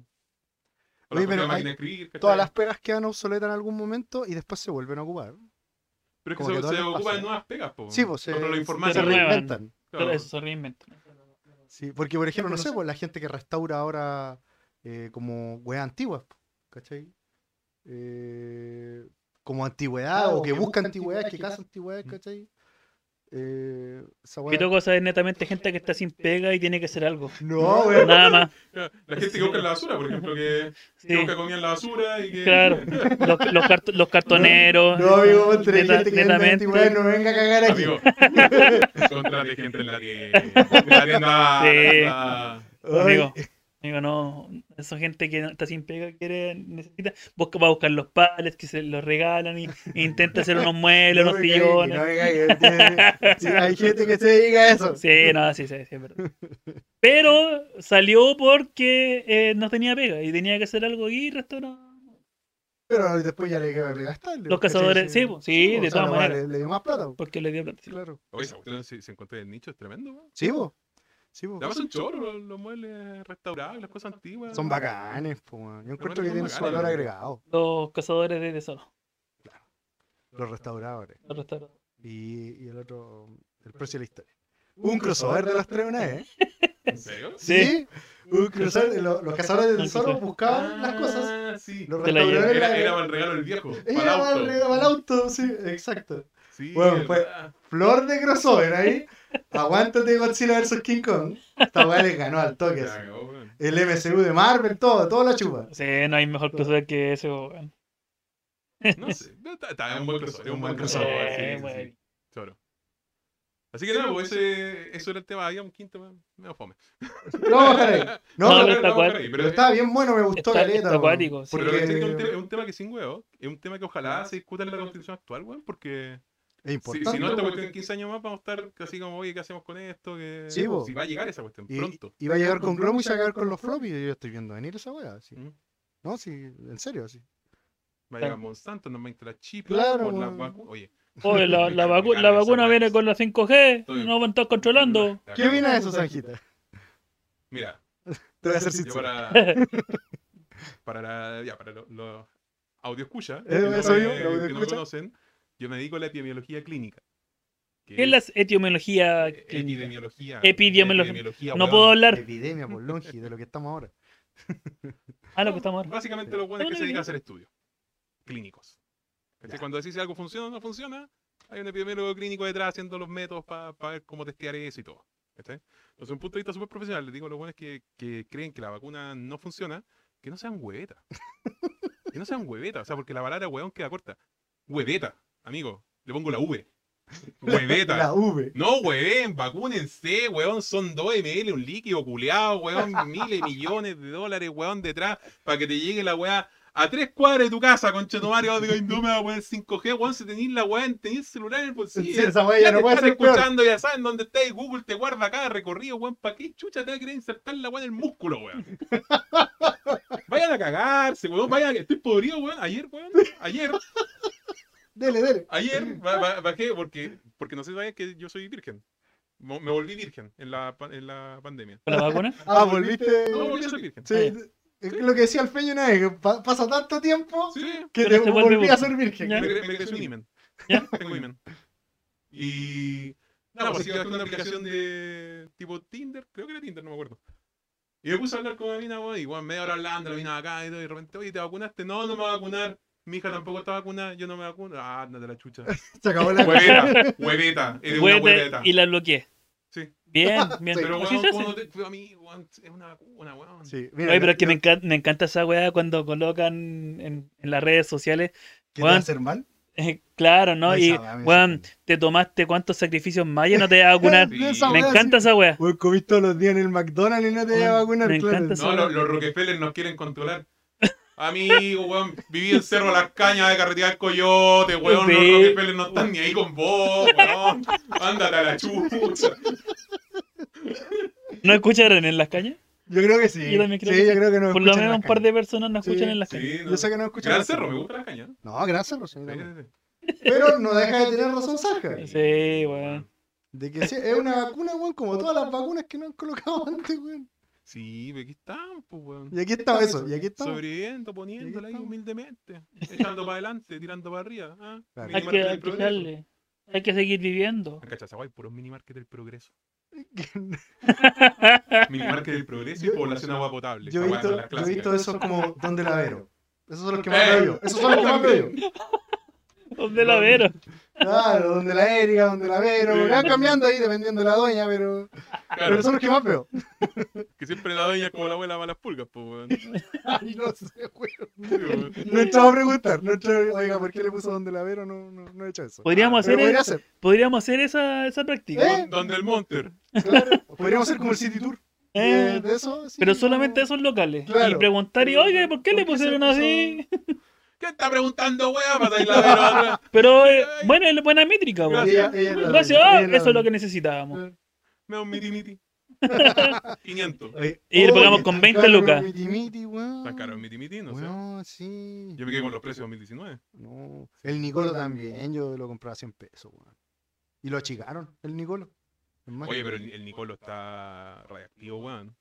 D: O
C: Oye,
D: la propia
C: pero hay-
D: máquina de escribir, ¿cachai?
C: Todas las pegas quedan obsoletas en algún momento y después se vuelven a ocupar.
D: Pero es que
C: como que
D: se,
C: todo
D: se
C: les pasa.
D: ocupan nuevas pegas, pues.
C: Sí, pues se,
D: Nosotros los
C: se
D: informáticos,
A: renuevan.
C: reinventan.
A: Pero
D: claro.
A: Eso se reinventa.
C: Sí, porque por ejemplo, no sé, pues la gente que restaura ahora eh, como weas antiguas, po, ¿cachai? Eh, como antigüedad o que busca antigüedades, que Mm. caza antigüedades, ¿cachai? Eh, esa wea-
A: Que toco cosa es netamente gente que está sin pega y tiene que hacer algo.
C: No, weón.
A: Nada más.
D: Claro, La gente que busca en la basura, por ejemplo, que,
A: Sí,
D: que busca comida en la basura y que.
A: claro. Los, los cart- los cartoneros.
C: No, amigo, entre
A: neta-
C: gente que vende
A: netamente.
C: antigüedades, no venga a cagar aquí.
D: Amigo, contrate gente en la tienda. En la tienda.
A: Sí.
D: la-
C: Ay,
A: Amigo, amigo, no. Esa gente que está sin pega, quiere, necesita, busca, va a buscar los pales que se los regalan y, e intenta hacer unos muebles,
C: no
A: unos
C: me caiga,
A: sillones.
C: no me caiga, tiene- sí, hay gente que se dedica a eso.
A: Sí, no, sí, sí, sí, es verdad. Pero salió porque eh, no tenía pega y tenía que hacer algo y restauró.
C: Pero después ya le queda gastarle.
A: Los
C: ¿cachai?
A: cazadores, sí, po, sí,
C: po,
A: de
C: o sea,
A: todas
C: la wea
A: maneras.
C: Le, le dio más plata, po,
A: Porque le dio plata. sí.
C: claro.
D: Oye, esa cuestión, si se encuentra en el nicho, es tremendo, weón.
C: Sí, vos. Sí, po.
D: Ya pasa un chorro, los, los muebles restaurados, las cosas antiguas.
C: Son bacanes, po, weón. Yo encuentro que
D: son
C: tienen su
D: bacanes,
C: valor
D: weón.
C: agregado,
A: Los cazadores de tesoro.
C: los restauradores.
A: los restauradores.
C: Y, y el otro, el precio de la historia. Un crossover de los tres una vez, ¿eh?
D: ¿En serio?
C: Sí. Un crossover. lo- los cazadores de
A: Ah, sí,
C: tesoro
A: sí.
C: buscaban las cosas.
D: Ah, sí.
C: Los
A: Te la llevo.
C: restauradores
D: Era,
C: la-
D: era para el regalo del viejo.
C: era
D: Para el
C: para
D: auto.
C: el regalo, para el auto, sí, exacto.
D: Sí,
C: Bueno,
D: es
C: fue-
D: verdad.
C: Flor de crossover ahí. Aguántate Godzilla vs King Kong. Esta weá les ganó al toque.
D: Se
C: así.
D: cagó, weón.
C: El MCU de Marvel, todo, toda la chupa.
A: Sí, no hay mejor crossover que ese, weón.
D: No sé. pero Está, está, es un buen crossover. Es un buen
C: Sí,
D: crossover. sí,
A: Eh,
D: sí, sí.
A: weón.
D: Choro. Así que nada, pues ese, eso era el tema. Había un quinto, me, me fome.
C: No, ojalá. No,
A: No, pero- está
C: pero,
D: vamos a dejar
A: acuático.
D: ahí,
C: pero estaba bien bueno, me gustó
A: Está-
C: caleta,
A: está
C: weón.
A: acuático, sí.
D: pero
C: Porque
D: es que es un tema- es un tema que sin huevo, es un tema que ojalá se discuta en la constitución actual, weón, porque
C: es
D: si,
C: importante. pues,
D: si no esta cuestión en 15 años más vamos a estar así como, oye, ¿qué hacemos con esto? Que... uh,
C: Sí, po.
D: si va a llegar esa cuestión,
C: Y,
D: pronto.
C: y va a llegar con Glomo y se va a acabar con los floppy. Yo estoy viendo venir esa weá. sí.
D: Mm.
C: No, sí, en serio, sí.
D: Va a llegar Monsanto, nos va a instalar chip
C: Claro, pues.
D: por la
C: weón.
D: vacu- Oye,
A: Oye, la, la vacu- la vacuna viene con la 5G,
D: Estoy-
A: no van a estar controlando.
D: la
C: ¿Qué
D: cago.
C: viene de eso, Sanjita?
D: Mira,
C: Te voy a ser
D: yo
C: sincero.
D: para, para la- ya, para los audio escucha,
C: Eh, eso yo,
D: me-
C: lo
D: que no me
C: audioescucha.
D: conocen, yo me dedico a la epidemiología clínica. que
A: ¿Qué es la etimología
D: Eh,
A: clínica?
D: Epidemiología.
A: Epidemiología. No
D: weón.
A: puedo hablar.
C: Epidemia, por longe, de lo que estamos ahora.
A: Ah, lo que estamos hablando.
D: Básicamente los buenos
A: Es
D: que
A: una
D: se
A: epidemia.
D: dedican a hacer estudios clínicos. ¿Cachai? Cuando decís si algo funciona o no funciona, hay un epidemiólogo clínico detrás haciendo los métodos para ver cómo testear eso y todo. ¿cachai? Entonces, un punto de vista súper profesional, les digo a los buenos que, que creen que la vacuna no funciona, que no sean huevetas. que no sean huevetas, o sea, porque la palabra hueón queda corta. Hueveta, amigo, le pongo la V. Hueveta.
C: La V.
D: No, weón, vacúnense, weón, son 2 ml, un líquido culeado, weón, miles, millones de dólares, weón, detrás, para que te llegue la weá a tres cuadras de tu casa, conchetumario, weón, digo, no me va a poner 5G, weón, si tenés la weá, tenés el celular en el bolsillo.
C: Sí, esa weá ya no
D: te
C: puede
D: están
C: ser peor.
D: escuchando, ya saben dónde está y Google te guarda cada recorrido, weón, ¿para qué chucha te va a querer insertar la weá en el músculo, weón? vayan a cagarse, weón, vayan, a- estoy podrido, weón, ayer, weón, ayer.
C: Dele, dele.
D: Ayer ba- ba- bajé porque porque no sé si saben que yo soy virgen. Mo- Me volví virgen en la, pa- en la pandemia.
A: ¿Con la vacuna?
C: Ah, volviste.
D: No, volví a ser virgen.
C: Sí, es lo que decía el Feño una vez, que pa- pasa tanto tiempo
D: Sí,
C: que
A: Pero
C: te
A: se vuelve
C: volví a
A: virgen.
C: ser virgen.
A: Ya.
D: me, cre- me creció un imen.
A: Ya.
D: Tengo imen. Y. Nada, pues así que bajé una aplicación de tipo Tinder, creo que era Tinder, no me acuerdo. Y me puse a hablar con la mina, weón, y weón, media hora hablando, la mina acá, y todo, y de repente, oye, ¿te vacunaste? No, no me voy a vacunar. Mi hija tampoco está vacunada, yo no me vacuno. Ah, ándate a la chucha.
C: Se acabó la
D: Hueveta, hueveta, eres una
A: Huevete
D: hueveta.
A: y la bloqueé.
D: Sí.
A: Bien, bien.
D: Pero
A: Así
D: weón,
A: se hace.
D: cuando te- pero a mí, weón, es una vacuna, weón.
C: Sí, mira,
A: Oye, pero es que me encanta, me encanta esa weá cuando colocan en, en las redes sociales.
C: ¿Qué te va a
A: weón.
C: hacer mal?
A: Eh, claro, ¿no?
C: Esa
A: y,
C: weá me
A: weón,
C: sorprende.
A: te tomaste cuántos sacrificios más y no te vas a vacunar.
D: Sí.
C: De esa
A: Me
C: weá,
A: encanta esa weá.
C: sí. Weón, comís todos los días en el McDonald's y no te
A: Weón,
C: iba a vacunar,
A: me
C: claro.
A: encanta esa
D: No, lo- los Rockefeller nos quieren controlar. Amigo, weón, viví en Cerro Las Cañas de carretera del Coyote, weón. Los
A: Sí.
D: Rockefeller no están ni ahí con vos, weón. Ándate a la chucha.
A: ¿No escucharon en las calles?
C: Yo creo que sí.
A: Yo también creo
C: sí,
A: que
C: yo
A: sí.
C: creo que no
A: Por lo menos un par de personas no
C: Sí,
A: escuchan en las calles.
D: Sí, no.
C: Yo sé que no escuchan.
D: Gran
C: las
D: Cerro, me
C: cañas.
D: gusta la caña. ¿no?
C: No, gran cerro, sí,
D: Sí,
C: también.
D: sí, sí.
C: Pero no deja de tener razón, Sarja.
A: Sí, weón.
C: De que sí, es una vacuna, weón, como todas las vacunas que no han colocado antes, weón.
D: Sí, ve, aquí estamos, pues, weón.
C: Y aquí está eso, y aquí está.
D: Sobreviviendo, poniéndola ahí
C: estamos.
D: humildemente. Echando para adelante, tirando para arriba. ¿ah?
C: Claro.
A: Hay
D: Minimarket
A: que,
D: del
A: hay que
D: progreso.
A: darle. Hay que seguir viviendo.
D: Ah, cacha, esa guay, puro minimarket del progreso. Minimarket del progreso y
C: Yo-
D: población agua potable.
C: Yo he
D: esa
C: visto,
D: guay, las
C: yo he visto
D: clásicas.
C: esos como Don Delavero. Esos son los que
D: Eh.
C: más veo yo. Esos son los que más veo yo.
A: ¿Dónde la vero?
C: Claro, Don de la Erika, Don Delavero. Van cambiando ahí dependiendo de la doña, pero, pero
D: Claro,
C: son los que más veo.
D: que siempre la doña es como la abuela para las pulgas, pues, weón.
C: Ay, no sé, weón.
D: Sí, weón.
C: No he echado a preguntar. No he echado- oiga, ¿por qué le puso Don Delavero? No, no, no he hecho eso.
A: Podríamos
C: Ah, Pero
A: hacer,
C: podría
A: esa,
C: ser.
A: podríamos hacer esa, esa práctica.
C: ¿Eh?
D: Donde el Monster.
C: Claro, podríamos hacer como el City Tour.
A: Eh,
C: Eh, de eso, sí,
A: Pero solamente
C: como-
A: esos locales. Y
C: Claro.
A: preguntar, y
C: Pero,
A: oiga, ¿por qué
C: ¿por
A: le
C: qué se
A: pusieron
C: puso-
A: así?
D: ¿Qué está preguntando, weón? Para ir la
A: Pero eh, bueno, es buena métrica, weón.
C: Ella- ella es la
A: Gracias,
C: doña,
A: ah,
C: ella es la
A: eso es lo que
C: doña.
A: necesitábamos.
D: Me da un miti miti. 500.
C: Oye,
A: Y le pagamos
C: oye,
A: con
C: tan
A: 20
C: caro
A: lucas.
C: el miti miti, weón.
D: Tan caro el miti miti, no sé.
C: Weón, sí.
D: Yo me quedé con los precios de 2019.
C: No, El Nicolo también, yo lo compraba a 100 pesos, weón. Y lo achicaron, el Nicolo. Es más,
D: Oye, pero el, el Nicolo está radiactivo, weón.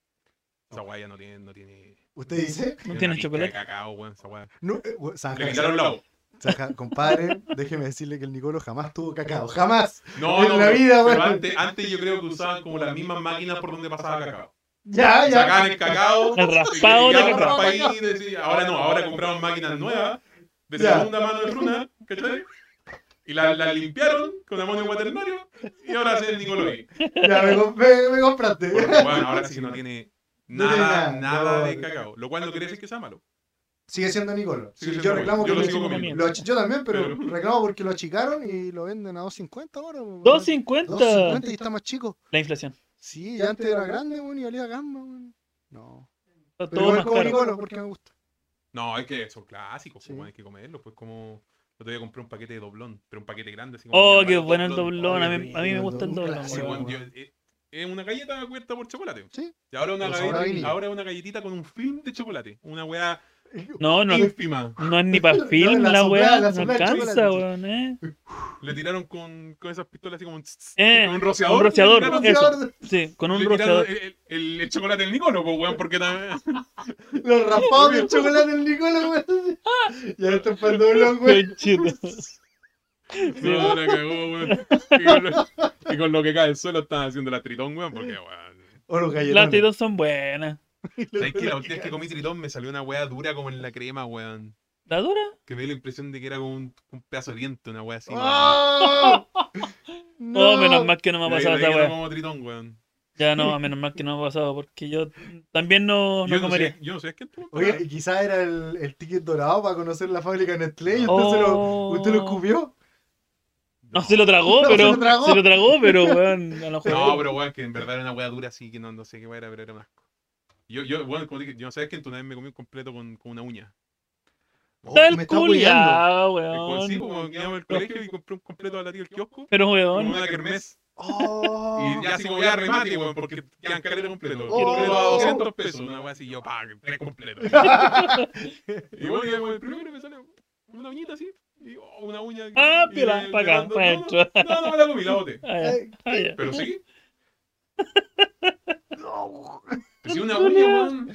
D: Esa weá ya no tiene. No tiene,
C: Usted dice,
A: No
D: una
A: tiene
D: pizca de
A: chocolate.
D: cacao, weón, esa weá.
C: no, eh, we- Saja,
D: Le quitaron la voz.
C: Saja, compadre, déjeme decirle que el Nicolo jamás tuvo cacao, jamás.
D: No,
C: En
D: no,
C: la
D: pero-
C: vida,
D: pero
C: weón.
D: antes, antes yo creo que usaban como las mismas máquinas por donde pasaba cacao.
C: Ya, ya.
D: Sacaban el cacao.
A: El raspado
D: y
A: de
D: ya lo
A: cacao.
D: raspaba ahí, decía, Ahora no, ahora compraron máquinas nuevas de
C: Ya.
D: segunda mano de Runa, ¿cachai? Y la, la limpiaron con amonio cuaternario y ahora hacen Nicolai.
C: Ya me, com- me- me compraste.
D: Porque, bueno, ahora sí que no tiene
C: No tiene
D: nada,
C: nada,
D: nada
C: no.
D: de cacao. Lo cual no quiere decir que sea malo.
C: Sigue siendo Nicolo.
D: Sigue
C: Sí, yo
D: siendo Nicolo.
C: reclamo
D: Yo
C: que
D: lo
C: lo
D: sigo
C: achicó-
A: comiendo.
C: lo ach- Yo también, pero
D: Pero-
C: reclamo porque lo achicaron y lo venden a 2.50 ahora. weón.
A: 2.50
C: 2.50 y está más chico.
A: la inflación.
C: Sí, ya antes era grande, weón, y olía a gamba, weón. No.
A: Todo
C: Pero igual
A: más
C: como
A: caro.
C: Nicolo porque me gusta.
D: No, es que son clásicos,
C: Sí.
D: pues, bueno, hay que comerlos. Pues como. Yo te voy a comprar un paquete de doblón, pero un paquete grande. Así como
A: Oh,
D: mierda,
A: qué bueno el
C: doblón,
A: doblón. A mí,
C: rico
A: a mí me
C: el
A: gusta el
C: doblón,
A: doblón.
D: Sí,
C: clásico,
A: weón.
D: bueno, yo- eh, es una galleta cubierta por chocolate.
C: Sí.
D: Y ahora una,
C: Con sabor a
D: galleta,
C: vainilla.
D: ahora una galletita con un film de chocolate. Una weá
A: No, no,
D: ínfima.
A: no es ni para
C: No,
A: film
C: la
A: la
C: soplada,
A: weá.
C: la
A: No
C: soplada de
A: alcanza,
C: chocolate.
A: weón, eh.
D: Le tiraron con, con esas pistolas así como un, tss,
A: Eh,
D: con un rociador.
A: un rociador,
D: Le tiraron,
A: eso.
C: Rociador,
A: Sí, con un
D: le tiraron
A: rociador.
D: el, el, el- el chocolate del Nicolo, pues, weón, porque también.
C: Los raspados de chocolate del Nicola, weón. Y ahora está para el doblón, weón.
A: Conchetos.
D: No, la cagó, weón. Y con, lo, y con lo que cae el suelo estaban haciendo la tritón, weón, porque, weón.
C: O los
A: Las
C: galletones.
A: tiras son buenas.
D: ¿Sabes que la última vez que comí tritón me salió una weá dura como en la crema, weón?
A: ¿La dura?
D: Que me dio la impresión de que era como un, un pedazo de diente, una weá así. weón.
C: ¡Ah!
A: No, Oh, menos mal que no
D: De
A: me ha
D: ahí-
A: pasado
D: de ahí
A: esa
D: que
A: weá.
D: no como tritón, weón.
A: Ya no, a menos mal que no me ha pasado porque yo también no,
D: yo,
A: no
D: no sé,
A: comería.
D: yo no sé, es que tú.
C: Oye, y quizás era el, el ticket dorado para conocer la fábrica Nestlé y entonces
A: Oh.
C: lo, usted lo escupió.
A: No, se lo tragó,
C: No, se
A: pero.
C: lo tragó.
A: Se lo tragó, pero, weón. A lo mejor.
D: No, pero weón, que en verdad era una weá dura así que no, no sé qué weá era, pero era un asco. Yo, yo, bueno, como dije, yo sabes que en tu vez me comí un completo con, con una uña.
C: Oh,
A: Está el
C: está hueando.
A: culiao,
D: Eh, con- Sí, como
A: weón.
D: que íbamos al colegio y compré un completo a la tía del kiosco,
A: Pero,
D: con
A: weón. ah,
D: una kermés.
C: Oh.
D: Y ya así como ya remate, weón, porque quedan carreras completos.
C: Oh.
D: Completo a 200 pesos, una weá así, yo, pa, tres completos. Y bueno, ya con el primero me sale una uñita así, Y oh, una uña.
A: Ah,
D: y
A: piola,
D: le-
A: pa'
D: le
A: acá,
D: mandó-
A: pa'
D: no,
A: adentro.
D: No, no, no, me la comí, la boté.
A: Ah, ya. Ah, ya.
D: Pero sí.
C: No.
D: Pero sí, una uña, weón.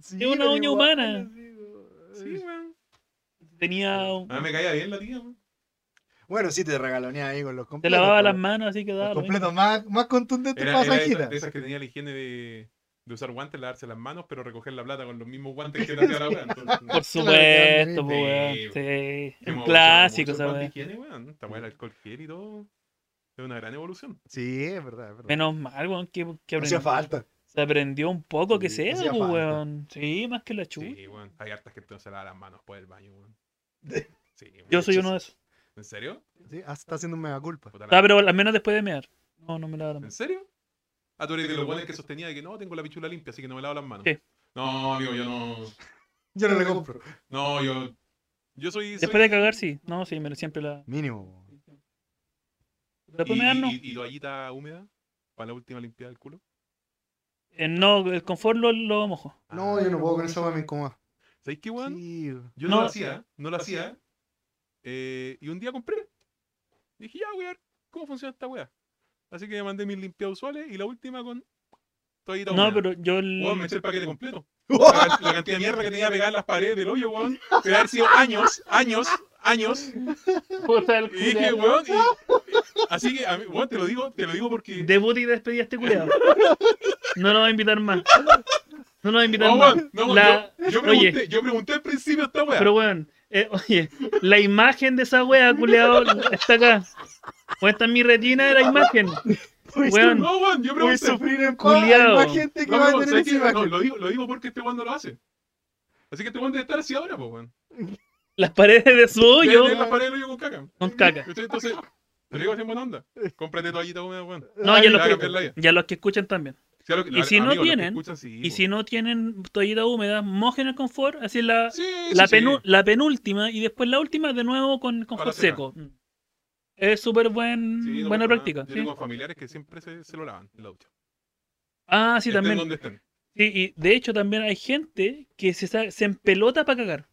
C: Sí,
A: Es una
C: pero
A: uña
C: igual,
A: humana.
C: sí, weón.
D: Sí, weón.
A: Tenía. un-
D: Ah, me caía bien la tía, weón.
C: Bueno, sí te regaloneaba ahí con los
A: Te
C: completos.
A: lavaba
C: pues.
A: las manos, así que daba.
C: Los
A: lo mismo.
C: completos más, más contundentes
D: Era,
C: para
D: era
C: esa
D: de,
C: gira.
D: esas- de esas que tenía la higiene de, de usar guantes, lavarse las manos, pero recoger la plata con los mismos guantes que te hacía la weá. entonces,
A: Por
C: Claro,
A: supuesto,
C: claro,
A: po, weón. Sí.
D: que
A: Un
D: hemos
A: clásico,
D: usado mucho
A: esa
D: el guante
A: weón.
D: de higiene, weón. Esta weá del alcohol gel y todo. Es una gran evolución.
C: Sí, es verdad, es verdad.
A: Menos mal, weón, que, que
C: No hacía
A: aprendi-
C: falta.
A: se aprendió un poco que
C: Sí,
A: sea,
C: hacía
A: po,
C: falta.
A: weón. Sí, más que la chucha.
D: Sí, weón. Hay hartas que no se lavan las manos después del baño, weón. Sí, weón.
A: Yo soy
C: hecho,
A: uno de esos.
D: ¿En serio?
C: Sí, ah, está haciendo un mega culpa.
D: Puta la-
A: Ah, pero al menos después de mear. No, no me lavo las
D: ¿En
A: manos.
D: serio? Ah, tú eres de los buenos que sostenía de que no, tengo la pichula limpia, así que no me lavo las manos.
A: Sí.
D: No, amigo, yo no.
C: Yo no le compro.
D: No, yo. Yo soy.
A: Después de
D: soy-
A: cagar, sí. No, sí, me, siempre la.
C: Mínimo.
A: Después de
D: y,
A: mear, no.
D: y, y toallita húmeda para la última limpiada del culo.
A: Eh, no, el confort lo, lo mojo.
C: No,
D: Ah,
C: yo no puedo con esa weá, me incomoda.
D: ¿Sabéis qué, weón?
C: Sí, weón.
D: Yo no,
A: No.
D: lo hacía, no lo hacía. eh, y un día compré. Dije, ya, weón, ¿cómo funciona esta weá? Así que me mandé mis limpiados usuales y la última con toallita
A: No,
D: húmeda.
A: pero yo. el-
D: Weón, me eché el paquete completo. La, can- la cantidad de mierda que tenía pegada en las paredes del hoyo, weón. Que haber sido años, años, años.
A: Puta, el
D: Y dije,
A: culiao.
D: weón. y- así que, a mí- weón, te lo digo, te lo digo porque.
A: Debut y despedida a este culiado. No lo va a invitar más. No lo va a invitar
D: No,
A: más.
D: weón, no,
A: La-
D: yo, yo
A: Oye.
D: pregunté, yo pregunté al principio esta weá.
A: Pero weón, eh, oye, la imagen de esa wea, culiado, está acá. O esta es mi retina de la imagen.
C: Voy a
A: Weón,
D: no, weón,
C: sufrir- voy
D: yo
C: a
D: pregunté.
C: sufrir en paz. Hay
A: Culeado.
C: más gente que
D: No,
C: va a
D: no,
C: tener
D: ¿sabes
C: esa
D: qué? No,
C: imagen.
D: lo, digo, lo digo porque este weón no lo hace. Así que este weón debe estar así ahora, pues, weón.
A: Las paredes de su
D: Debe
A: hoyo
D: tener las paredes del hoyo con caca.
A: son caca.
D: ¿Cachai? Entonces, te lo digo así en buena onda. Cómprate toallita húmeda, weón.
A: No, yo
D: Te
A: lo
D: va a
A: creo.
D: cambiar la vida.
A: Ya los que escuchan también.
D: Sí, a lo que-
A: Y
D: a-
A: si no
D: amigos, los que
A: tienen,
D: escuchan, sí,
A: Y
D: po.
A: si no tienen toallita húmeda, mojen el confort, así la,
D: Ah, Sí,
A: la,
D: sí, sí.
A: penu- la penúltima y después la última de nuevo con confort
D: seca.
A: seco. Es súper buen,
D: Sí, no
A: Mm, buena
D: pasa nada.
A: práctica.
D: Yo
A: sí.
D: tengo familiares que siempre se, se lo lavan en la ducha.
A: Ah, sí,
D: Estén
A: también.
D: donde estén.
A: Sí, y de hecho también hay gente que se, sa- se empelota para cagar.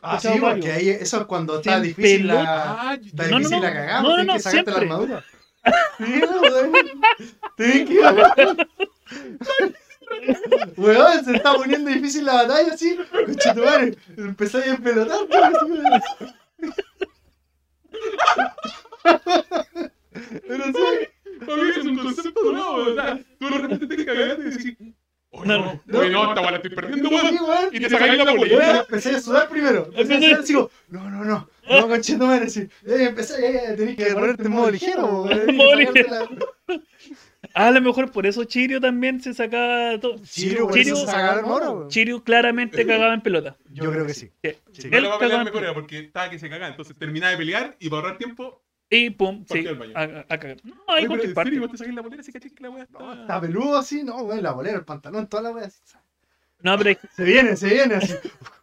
C: Ah, sí,
A: Escuchado varios.
C: porque ahí eso es cuando está
A: Sin
C: difícil la.
D: Ah,
C: Está
A: No, no,
C: difícil
A: no.
C: la cagada,
A: No, no,
C: tienes
A: no,
C: que sacarte la
A: siempre.
C: armadura. Sí, weón. Tienes que ir a- Weón, se está poniendo difícil la batalla, sí. Conchetumare, empezáis a pues, empelotar. weón. Pero sí.
D: Oye, es un concepto nuevo, o sea, Tú de repente te cagaste y decís, oye,
A: No,
D: no,
C: no.
D: oye, no, esta weá la estoy perdiendo, weón.
C: Sí, weón.
D: Y te sacáis la
C: Weón,
D: polera.
C: empecé a sudar primero. Empecé a sudar, así como, no, no, no. No, conchito madre, sí. Eh, empecé, eh, eh, tenés que ponerte en modo ligero, weón.
A: Modo
C: sacarte
A: ligero.
C: la-
A: A lo mejor por eso Chirio también se sacaba todo.
C: Chirio, por
A: Chirio-
C: eso se sacaron ahora, weón.
A: Chirio claramente cagaba en pelota.
C: Yo creo que sí. Sí.
D: No
A: Él
D: la va
A: cagaba
D: a pelear
A: en
D: mejor
A: pelota.
D: era porque estaba que se cagaba. Entonces terminaba de pelear y para ahorrar tiempo.
A: Y pum,
D: Partió
A: sí,
D: al baño.
A: a, a- a cagar. No, hay
D: oye, pero
A: cualquier
D: en serio,
A: parte.
D: vos te sacáis la polera, así caché que la weá
C: No,
D: está.
C: está peludo así, no, weón, la bolera, el pantalón, toda la weá. así.
A: No, pero hay,
C: Se viene, se viene así.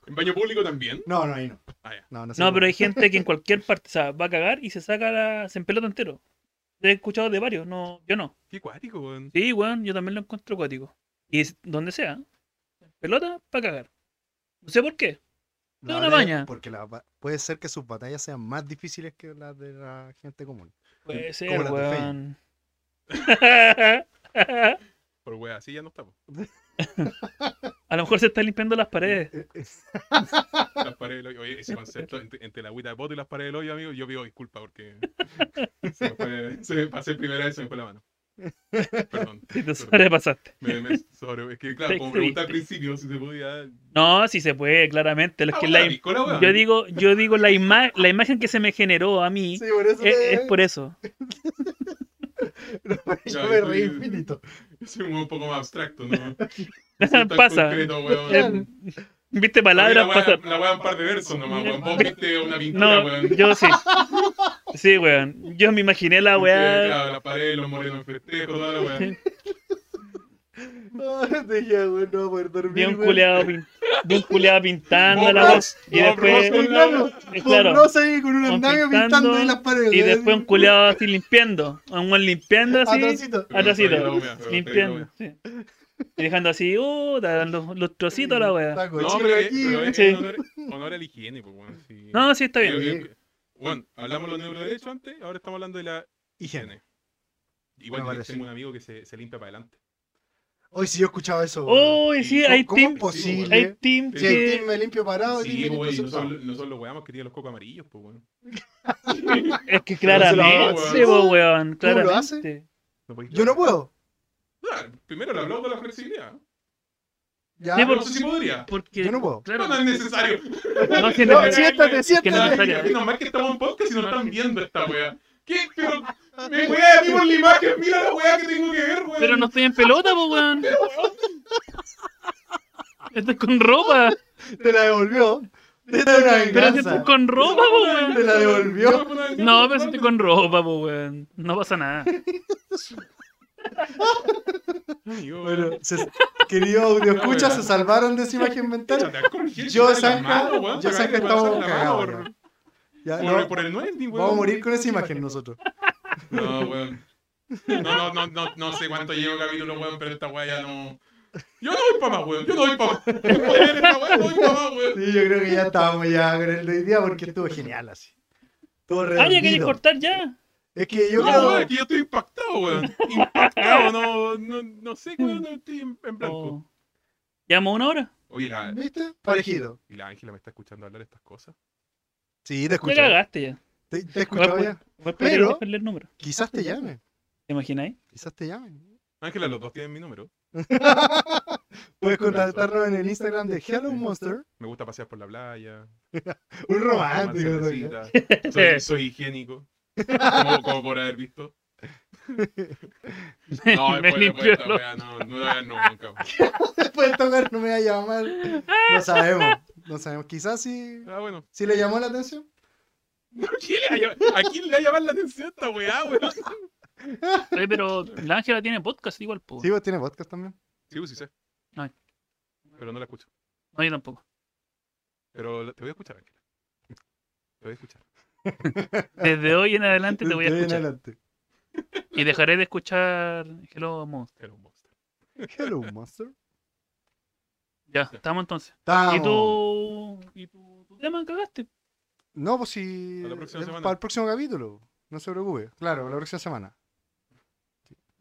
D: En baño público también.
C: No, no, ahí no.
D: Ah, ya.
C: No, no, se
A: no,
C: puede.
A: pero hay gente que en cualquier parte, o sea, va a cagar y se saca la, se empelota entero. He escuchado de varios, no, yo no.
D: Qué cuático, weón.
A: Sí, weón, yo también lo encuentro acuático. Y es donde sea, pelota para cagar. No sé por qué.
C: La
A: es una
C: batalla-
A: maña.
C: Porque la ba- puede ser que sus batallas sean más difíciles que las de la gente común.
A: Puede ser,
C: Mm, Como la de
A: weón.
D: Por weá, así ya no estamos.
A: a lo mejor se están limpiando las paredes.
D: Las paredes del hoyo. Oye, ese concepto entre, entre la agüita de poto y las paredes del hoyo, amigo, yo pido disculpa porque. Se me fue. Se me pasé primera vez, se me fue la mano. Perdón.
A: Si te
D: perdón.
A: sobrepasaste.
D: Me, me sobre. Es que, claro,
A: Te
D: como pregunté al
A: excediste.
D: principio si se podía.
A: No, si se puede, claramente. lo
D: Ah,
A: que
D: weá,
A: la im-
D: disco, la weá.
A: yo digo, yo digo la, ima- la imagen que se me generó a mí
C: Sí, por eso
A: es,
C: te-
A: es por eso.
C: yo
D: Ya,
C: me
D: yo-
C: reí
D: yo-
C: infinito.
D: Es un poco más abstracto, ¿no? No soy tan
A: Pasa.
D: concreto, weón.
A: Eh, Viste
D: la
A: palabras,
D: wea,
A: pasa.
D: la wea un par de versos nomás, weón. Vos viste una pintura,
A: No,
D: weón.
A: yo sí. Sí, weón. Yo me imaginé la
D: Viste,
A: weá.
D: claro, la pared, los morenos en festejo, toda la wea.
C: Ah, dije, weón, no voy a poder dormir.
A: De un
C: weón.
A: culeado, pin- de un culeado pintando la weá.
D: Vos,
A: Y
D: vos,
A: después,
D: vos,
C: Con labios,
A: eh,
C: con
A: claro.
C: rosa ahí, con un andamio
A: pintando,
C: pintando ahí las paredes.
A: y
C: así.
A: después un culeado así limpiando. Un weón limpiando así.
C: Atrasito.
A: Atrasito.
D: Pero está bien la wea,
A: Limpiando. sí. Y dejando así, uh, los, los trocitos a la weá.
C: Está
D: No,
C: cochino
D: pero,
C: aquí,
D: pero
C: weón.
D: es
A: Sí.
D: honor, honor a la higiene, pues, weón. sí.
A: No, sí, está
D: Yo
A: bien.
D: creo que- Bueno, hablamos de los neuroderechos antes, ahora estamos hablando de la higiene. Igual
C: Me
D: yo
C: parece.
D: tengo un amigo que se, se limpia para adelante.
C: Hoy sí yo he escuchado eso. weón.
A: ¡Oh, sí!
C: ¿Cómo-
A: Hay
C: ¿Cómo eh? es
A: team,
C: posible?
A: hay team
C: Si el team
A: que
C: me limpio parado,
D: Sí,
C: el team me
D: güey,
C: limpio
D: no
C: sentado.
D: son, no son los weamos que tienen los cocos amarillos, pues, weón.
A: es que
C: Pero se lo
A: claramente,
C: hace.
A: po, weón,
C: ¿Cómo
A: claramente.
C: lo hace?
D: No podéis-
C: Yo no puedo.
D: Ah, primero le hablamos de la flexibilidad.
C: Ya.
A: Sí,
D: Pero
A: Ah, por-
D: no sé si podría.
A: Porque,
C: Yo no puedo.
A: Claro,
D: No, no es necesario.
A: no, si
C: No,
A: no-
C: siéntate,
A: que no-
C: siéntate.
A: necesario.
D: Menos mal que estamos en podcast y no están viendo esta weá. ¿Qué? Pero. Me weá, vimos la imagen, mira la weá que tengo que ver, weón.
A: pero no estoy en pelota, po, weón. Estoy con ropa.
C: Te la devolvió. Esta es una
A: Pero si estoy
C: venganza.
A: con ropa, po, weón.
C: Te la devolvió.
A: No, pero si estoy con ropa, po, weón. No pasa nada.
C: Bueno, se- querido audio, escucha, se salvaron de esa imagen mental. Yo, Zanja, yo, Zanja, estamos cagados, weón. Ya, no,
D: Por, por el 9, weón.
C: vamos a morir con esa imagen nosotros.
D: No, weón. No, no, no, no, no sé cuánto llevo capítulo, weón, pero esta weá ya no. Yo no voy para más, weón. Yo no voy para más. Después de ver esta weá, no voy para más, weón.
C: Sí, yo creo que ya estábamos ya con el de hoy día porque estuvo genial así. Estuvo
A: Ah, ya queréis
C: redondido.
A: cortar ya.
C: Es que yo
D: No,
C: creo...
D: weón, que yo estoy impactado, weón. Impactado, no, no, no sé, weón, estoy en, en blanco.
A: Oh. Llevamos una hora.
D: Oye, la,
C: ¿Viste? Parejito.
D: y la Ángela me está escuchando hablar estas cosas.
C: Sí, te
A: Te
C: escuché.
A: cagaste ya.
C: Te, te he escuchado
A: Voy a-
C: ya.
A: voy a
C: Pero-
A: esperar el número.
C: Quizás te llame.
A: ¿Te imagináis?
C: Quizás te llamen.
D: Ángela, los dos tienen mi número.
C: Puedes contactarnos en el Instagram de Hello Monster.
D: Me gusta pasear por la playa.
C: Un
D: tomar
C: romántico. ¿no?
D: cervecita. Soy, soy higiénico. Como, como por haber visto.
A: Me
D: No, después, después de
A: limpió
D: esta
A: los-
D: weá, no, no la hagan nunca. weón.
C: Después de tocar no me va a llamar. No sabemos. No sabemos. Quizás si,
D: Ah, bueno.
C: si le llamó la atención.
D: ¿A quién le va a llamar- ¿A quién le va a llamar la atención esta weá, weón?
A: Oye, pero la Ángela tiene podcast igual, po.
C: Sí, vos tiene podcast también.
D: Sí, pues, sí sé.
A: Ay.
D: Pero no la escucho.
A: No, yo tampoco.
D: Pero la- te voy a escuchar, Ángela. Te voy a escuchar.
A: Desde hoy en adelante te voy a
C: Desde hoy en
A: escuchar.
C: adelante.
A: Y dejaré de escuchar Hello Monster.
D: Era un monster.
C: Hello Monster.
A: Ya, estamos entonces.
C: Estamos.
A: ¿Y tú? ¿Y tú? ¿Tú te me cagaste?
C: No, pues si.
D: A la próxima
C: es
D: semana.
C: Para el próximo capítulo. No se preocupe. Claro, la próxima semana.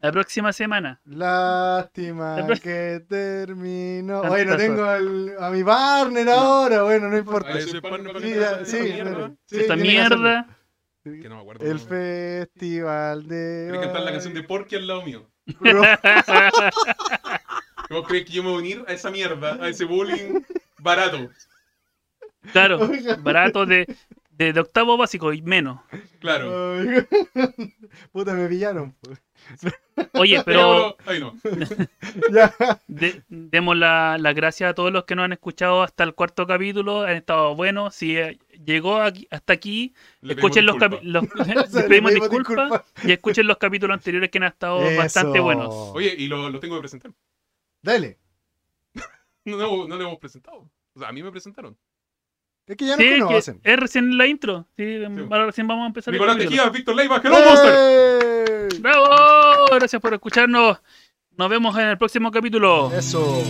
A: La próxima semana. La
C: Lástima
A: pro-
C: que terminó.
A: Tanta
C: Oye, no
A: suerte.
C: tengo al- a mi partner ahora. Bueno, no importa.
D: Ah, ese partner para
C: Sí,
D: que-
C: ya, sí,
D: esa
C: claro.
D: mierda.
C: Sí,
A: Esta
C: tiene que hacerlo.
A: mierda.
D: Que no me acuerdo.
C: El
D: no.
C: festival de.
D: Voy a cantar la canción de Porky al lado mío.
C: Bro,
D: ¿Vos crees que yo me voy a unir a esa mierda, a ese bullying barato?
A: Claro,
C: Oiga.
A: barato de, de, de octavo básico y menos.
D: Claro.
C: amigo. Puta, me pillaron. po.
A: Oye, pero
D: Ay, no.
C: Ya.
A: de- demos la- las gracias a todos los que nos han escuchado hasta el cuarto capítulo. Han estado buenos. Si eh, llegó aquí- hasta aquí,
D: Le pedimos
A: escuchen los
D: disculpas.
A: capítulos.
C: sea,
A: pedimos
C: le pedimos
A: disculpas y escuchen los capítulos anteriores que han estado
C: Eso.
A: bastante buenos.
D: Oye, y lo, lo tengo que presentar.
C: Dale.
D: No, no, no lo hemos presentado. O sea, a mí me presentaron.
C: Es que ya
A: Sí,
C: nos
A: es que
C: conocen.
A: es recién la intro. Sí, em, ahora recién vamos a empezar. el
D: Nicolás
A: capítulo.
D: Tejía, Víctor Leiva, Hello Monster.
A: ¡Bravo! Gracias por escucharnos. Nos vemos en el próximo capítulo.
C: ¡Eso!